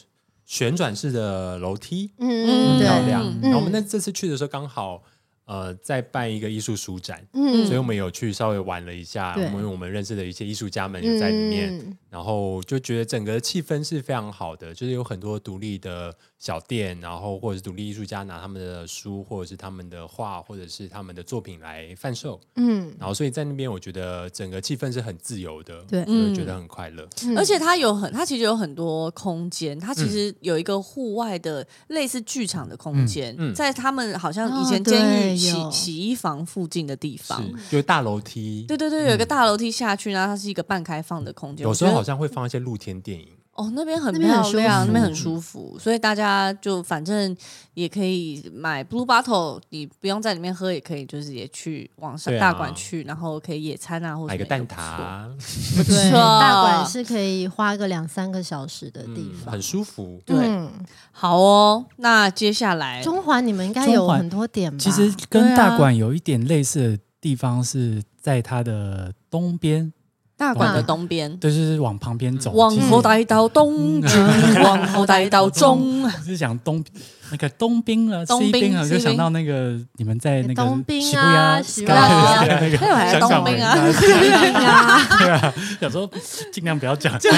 B: 旋转式的楼梯，
D: 嗯嗯，
B: 漂
D: 对，
B: 亮。
D: 嗯
B: 然后我们那这次去的时候，刚好呃在办一个艺术书展，
D: 嗯
B: 所以我们有去稍微玩了一下，
D: 对
B: 因为我们认识的一些艺术家们也在里面，
D: 嗯
B: 然后就觉得整个气氛是非常好的，就是有很多独立的小店，然后或者是独立艺术家拿他们的书或者是他们的画或者是他们的作品来贩售，
D: 嗯，
B: 然后所以在那边我觉得整个气氛是很自由的，
D: 对
B: 就觉得很快乐。
D: 嗯
C: 而且它有很，它其实有很多空间，
B: 嗯
C: 它其实有一个户外的类似剧场的空间，
B: 嗯嗯
C: 在他们好像
D: 哦
C: 以前监
D: 对
C: 狱洗
D: 有
C: 洗衣房附近的地方。
B: 是，就是大楼梯，
C: 对对对，有一个大楼梯下去，然后它是一个半开放的空间。
B: 有
C: 我
B: 时
C: 觉得
B: 候好像会放一些露天电影。
C: 哦，那边很
D: 那边很
C: 漂亮，
D: 舒服
C: 那边很舒服，所以大家就反正也可以买 Blue Bottle，你不用在里面喝，也可以就是也去往上
B: 对啊
C: 大馆去，然后可以野餐啊，或者
B: 买个
C: 什么
B: 蛋
C: 也不错
B: 挞，
D: 对，
C: 错
D: 大馆是可以花个两三个小时的地
B: 嗯，
D: 方
B: 很。舒服。
C: 对
D: 嗯
C: 好哦，那接下来
D: 中环你们应该
A: 中
D: 有
A: 环
D: 很多点吧？
A: 其实
C: 对
A: 跟
C: 啊
A: 大馆有一点类似的地方是在它的东边，
C: 大馆的东边，
A: 对，就是往旁边走。
C: 嗯往
A: 其实嗯
C: 后带到东军，往后带到
A: [laughs]
C: 中，
A: 我是想东那个东兵了，
C: 东
A: 西
C: 滨
A: 兵啊，就
C: 西
A: 想
C: 滨
A: 到那个你们在那个
D: 东滨
A: 喜
D: 啊
A: 西
D: 喜
A: 布
D: 布
A: 亚
D: 亚
A: 那个
C: [laughs] 还有还
A: 香
C: 有
A: 港
C: 东
A: 人
C: 兵啊， [laughs]
A: 想说尽量不要讲，讲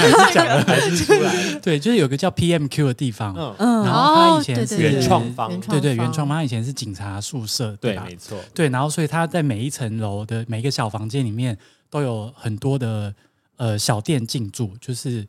A: 了还是
C: [laughs]
A: 出来。对，就是有个叫 PMQ 的地方，
B: 嗯，
A: 然
C: 嗯，
A: 后他
D: 哦
A: 以前
D: 对
A: 是
D: 对对
B: 原创方
A: 对对原
D: 方
A: 创嘛，他以前是警察宿舍，
B: 对，
A: 吧
B: 没？错，
A: 对，然后所以他在每一层楼的每一个小房间里面都有很多的呃小店进驻，就是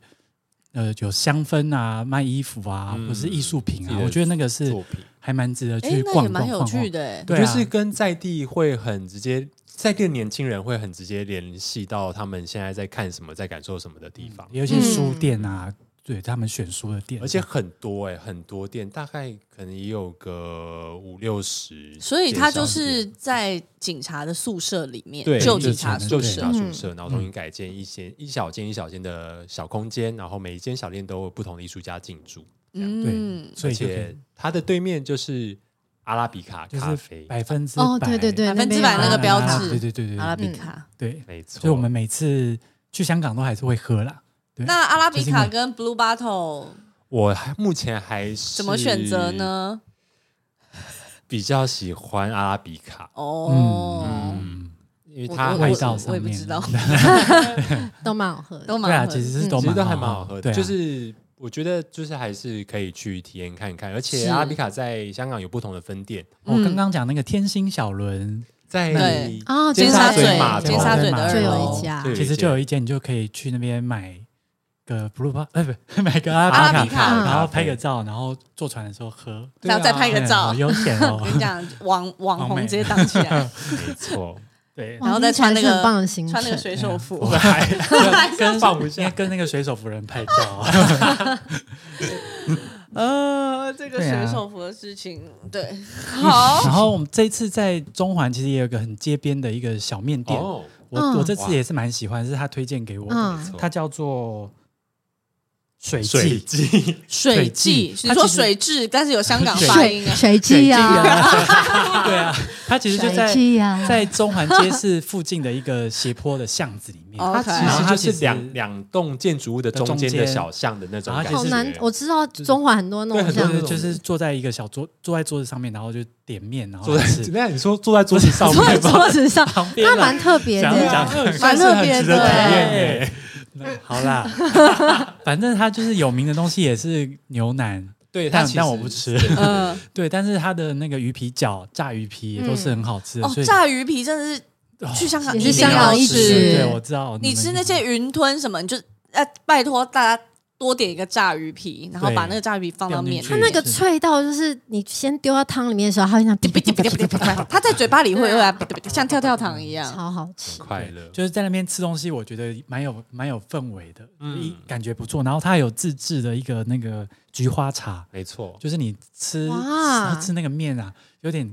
A: 呃有香氛啊、卖衣服啊，
B: 嗯
A: 或是艺术品
B: 自
A: 啊
B: 己，的
A: 我觉得那个是
B: 作品。
A: 还蛮值得
C: 哎
A: 去，
C: 那也
A: 逛
C: 蛮
A: 逛
C: 有
A: 逛
C: 趣
A: 逛。
C: 的哎，
A: 对
B: 就
A: 啊，
B: 是跟在地会很直接，在地的年轻人会很直接联系到他们现在在看什么、在感受什么的地方，
A: 有一些书
C: 嗯
A: 店啊，对他们选书的店，
B: 而且很多哎、很多店大概可能也有个五六十，
C: 所以他就是在警察的宿舍里面，
B: 对
C: 旧
A: 就
C: 警
A: 是
C: 察
A: 就
C: 宿
B: 旧
A: 是
B: 警
C: 舍
B: 察，
D: 嗯
B: 宿舍，然后重新改建一些一小间一小间的小空间，然后每一间小店都有不同的艺术家进驻，
C: 嗯
A: 对，，所
B: 而
A: 以就可以
B: 且它的对面就是阿拉比卡
A: 就
B: 咖
A: 是
B: 啡，
A: 百分之
D: 哦，对对对，
C: 百分之
D: 边
C: 百
D: 有
C: 那个标
D: 啊
C: 志
A: 对对对对嗯
C: 阿拉
A: 对
C: 比卡。
A: 对，
B: 没错，
A: 所以我们每次去香港都还是会喝啦。对
C: 那阿拉比
A: 就是因
C: 卡
A: 为
C: 跟 Blue Bottle
B: 我还目前还是
C: 怎么选择？呢？
B: 比较喜欢阿拉比卡，
C: 哦，
A: 嗯，
B: 因为
C: 我
B: 它
C: 我
B: 还
A: 味
B: 是
A: 道
C: 我
A: 上
C: 也不
A: 面啊 [laughs]
C: 知道，
D: 都蛮好喝的。
C: 都
A: 对
C: 蛮
A: 啊，
C: 合
A: 其
C: 的嗯
A: 实是都
B: 其实都还蛮
A: 蛮
B: 好
A: 好
B: 喝的，
A: 对啊，
B: 就是我觉得就是还是可以去体验看看，而且
C: 是
B: 阿拉比卡在香港有不同的分店，
A: 我哦
C: 嗯
A: 刚刚讲那个天星小轮，
B: 在
C: 对
D: 哦，
B: 尖
C: 尖
B: 沙
C: 沙
B: 咀
C: 咀
B: 码头
C: 尖沙咀的
A: 对
C: 二
D: 就
C: 楼
D: 有一家
B: 对
A: 其实就有一间，你就可以去那边买个 blue 吧，呃，不， [laughs] 买个阿拉
C: 阿拉比
A: 比
C: 卡
A: 卡，然后拍个照，然后坐船的时候喝，
B: 对啊
C: 然后再拍个
A: 好
C: 照。
A: 悠闲哦
C: 我。 [laughs] 跟你讲，
A: [laughs]
C: 网网
A: 好美
C: 红直接挡起来，
B: 啊没错，
A: 对，
D: 哇
C: 然后再
D: 听起来
C: 穿那
D: 是
C: 个
D: 很棒的行
C: 穿那个
D: 程。
C: 水手服。
A: [laughs]
C: [laughs]
A: 跟
B: 放不
A: 应该
B: 下。
A: 跟那个水手服人拍照，
C: 呃，这个
A: 对啊
C: 水手服的事情，对，好，
A: [laughs] 然后我们这次在中环其实也有一个很街边的一个小面店，
B: 哦，
A: 我我这次也是蛮喜欢，是他推荐给我的，
D: 嗯
A: 它叫做水
B: 水
A: 记，
B: 记，
C: 水
A: 记
C: 记，
A: 它
C: 你说
A: 其实
C: 水质，但是
A: [laughs]
C: 有香港发
D: 水
C: 音啊，
D: 水
A: 水
D: 记啊，
A: 啊， [laughs] 对啊，它其实就在
D: 水记啊，
C: [laughs]
A: 在中环街市附近的一个斜坡的巷子里面，
C: 哦
B: 它其
C: OK
A: 然后
B: 实
A: 它
B: 就
A: 其
B: 是
A: 实
B: [laughs] 两两栋建筑物的中间的小巷的那种
A: 然后
B: 感
A: 它
D: 好
A: 其实
D: 难
B: 觉，。
D: 我知道中华很多那
B: 对
D: 种
B: 很
A: 就
D: 像
B: 多
A: 是就是坐在一个小桌坐在桌子上面，然后就点面，然后
B: [laughs] 坐
C: 哦
B: 在
A: 吃
B: 怎。么样？你说坐在桌子上
D: 坐在
B: 面吗？
D: [laughs] 桌子上，
A: 旁边
B: 啊
D: 那
A: 啦
D: 蛮特别的
A: 想
D: 耶。
C: 啊
A: 想
C: 蛮
A: 算是
C: 特
A: 很
C: 别
A: 值得
C: 的
A: 体验
B: 耶
A: 耶那 [laughs] 好啦， [laughs] 反正它就是有名的东西也是牛腩，
B: [laughs] 对，它
A: 但
B: 其实
A: 但我不吃。
C: 嗯，
A: 对，但是它的那个鱼皮饺、炸鱼皮也都是很好吃的，
C: 哦
A: 所，以
C: 炸鱼皮真的是
A: 哦
C: 去香港
D: 也
C: 一
D: 是
C: 定
D: 香
C: 要
D: 港一
A: 对对
D: 直
A: 对
C: 吃，
A: 我知道。
C: 你
A: 们
C: 吃那些云吞什么，你就呃，拜托大家多点一个炸鱼皮，然后
A: 对
C: 把那个炸鱼皮放到面里
A: 掉
D: 它
A: 进去
D: 那个脆到，就是你先丢到汤里面的时候，它
C: [laughs]
D: 会像哔哔哔哔哔哔哔，
C: 它在嘴巴里会
A: 啊
C: 有点像跳跳糖一样。
D: 超好吃。
B: [laughs] 快乐，
A: 就是在那边吃东西，我觉得蛮有蛮有氛围的，
B: 嗯
A: 嗯，感觉不错。然后它有自制的一个那个菊花茶，
B: 没错，
A: 就是你吃
D: 哇
A: 吃那个面啊，有点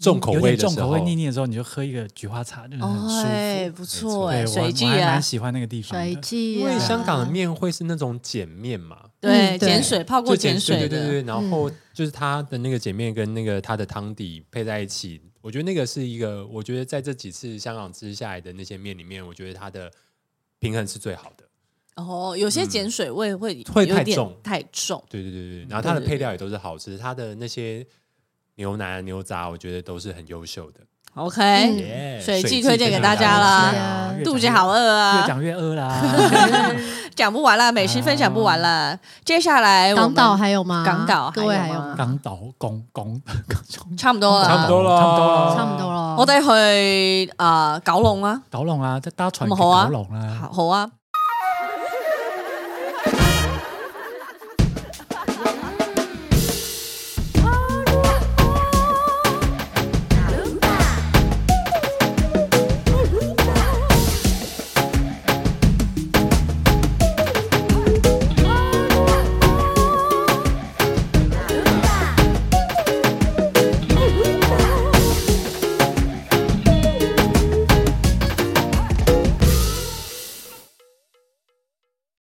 B: 重口味
A: 有点
B: 的时候
A: 重口味腻腻的时候，你就喝一个菊花茶，就是很嗯舒
C: 哦，
A: 服。
C: 哎，不错
A: 对
C: 哎，
A: 我
C: 水
A: 我
C: 记
A: 还
C: 啊
A: 蛮，喜欢那个地方
D: 水
A: 的。
D: 记
B: 因
D: 啊，
B: 为香港的面会是那种碱面嘛，
C: 对，
D: 嗯对
C: 碱水泡过碱水
B: 对对
C: 的，嗯
B: 对对，然后就是它的那个碱面跟那个它的汤底配在一起，我觉得那个是一个，我觉得在这几次香港吃下来的那些面里面，我觉得它的平衡是最好的。
C: 哦，有
A: 嗯
C: 些碱水味会
B: 会
C: 有
B: 太
C: 点
B: 重
C: 太重。
B: 对对对对，然后它的
C: 对对
B: 配料也都是好吃，它的那些牛腩啊、牛杂，我觉得都是很优秀的。
A: 嗯
C: OK，
B: 耶
C: 水
B: 记
C: 记推荐给大家啦
A: 啦
C: 肚子好饿
A: 越
C: 啊，
A: 讲越饿啦。
C: 讲不完了，美食分享不完了。
A: 嗯
C: 接下来我
D: 港
C: 们
D: 岛还有吗？
C: 港岛
D: 各位
C: 还
D: 还
C: 有
D: 有
C: 吗
D: 吗？
A: 港岛公公，
C: 差不多了，
B: 差不多
A: 了，
B: 啦
A: 差不多
B: 哦
A: 啦
D: 差不多了。
C: 我哋去啊、呃、九龍啊，
A: 九龍啊，再搭船
C: 咁
A: 去
C: 好啊
A: 九龍啦。
C: 好啊，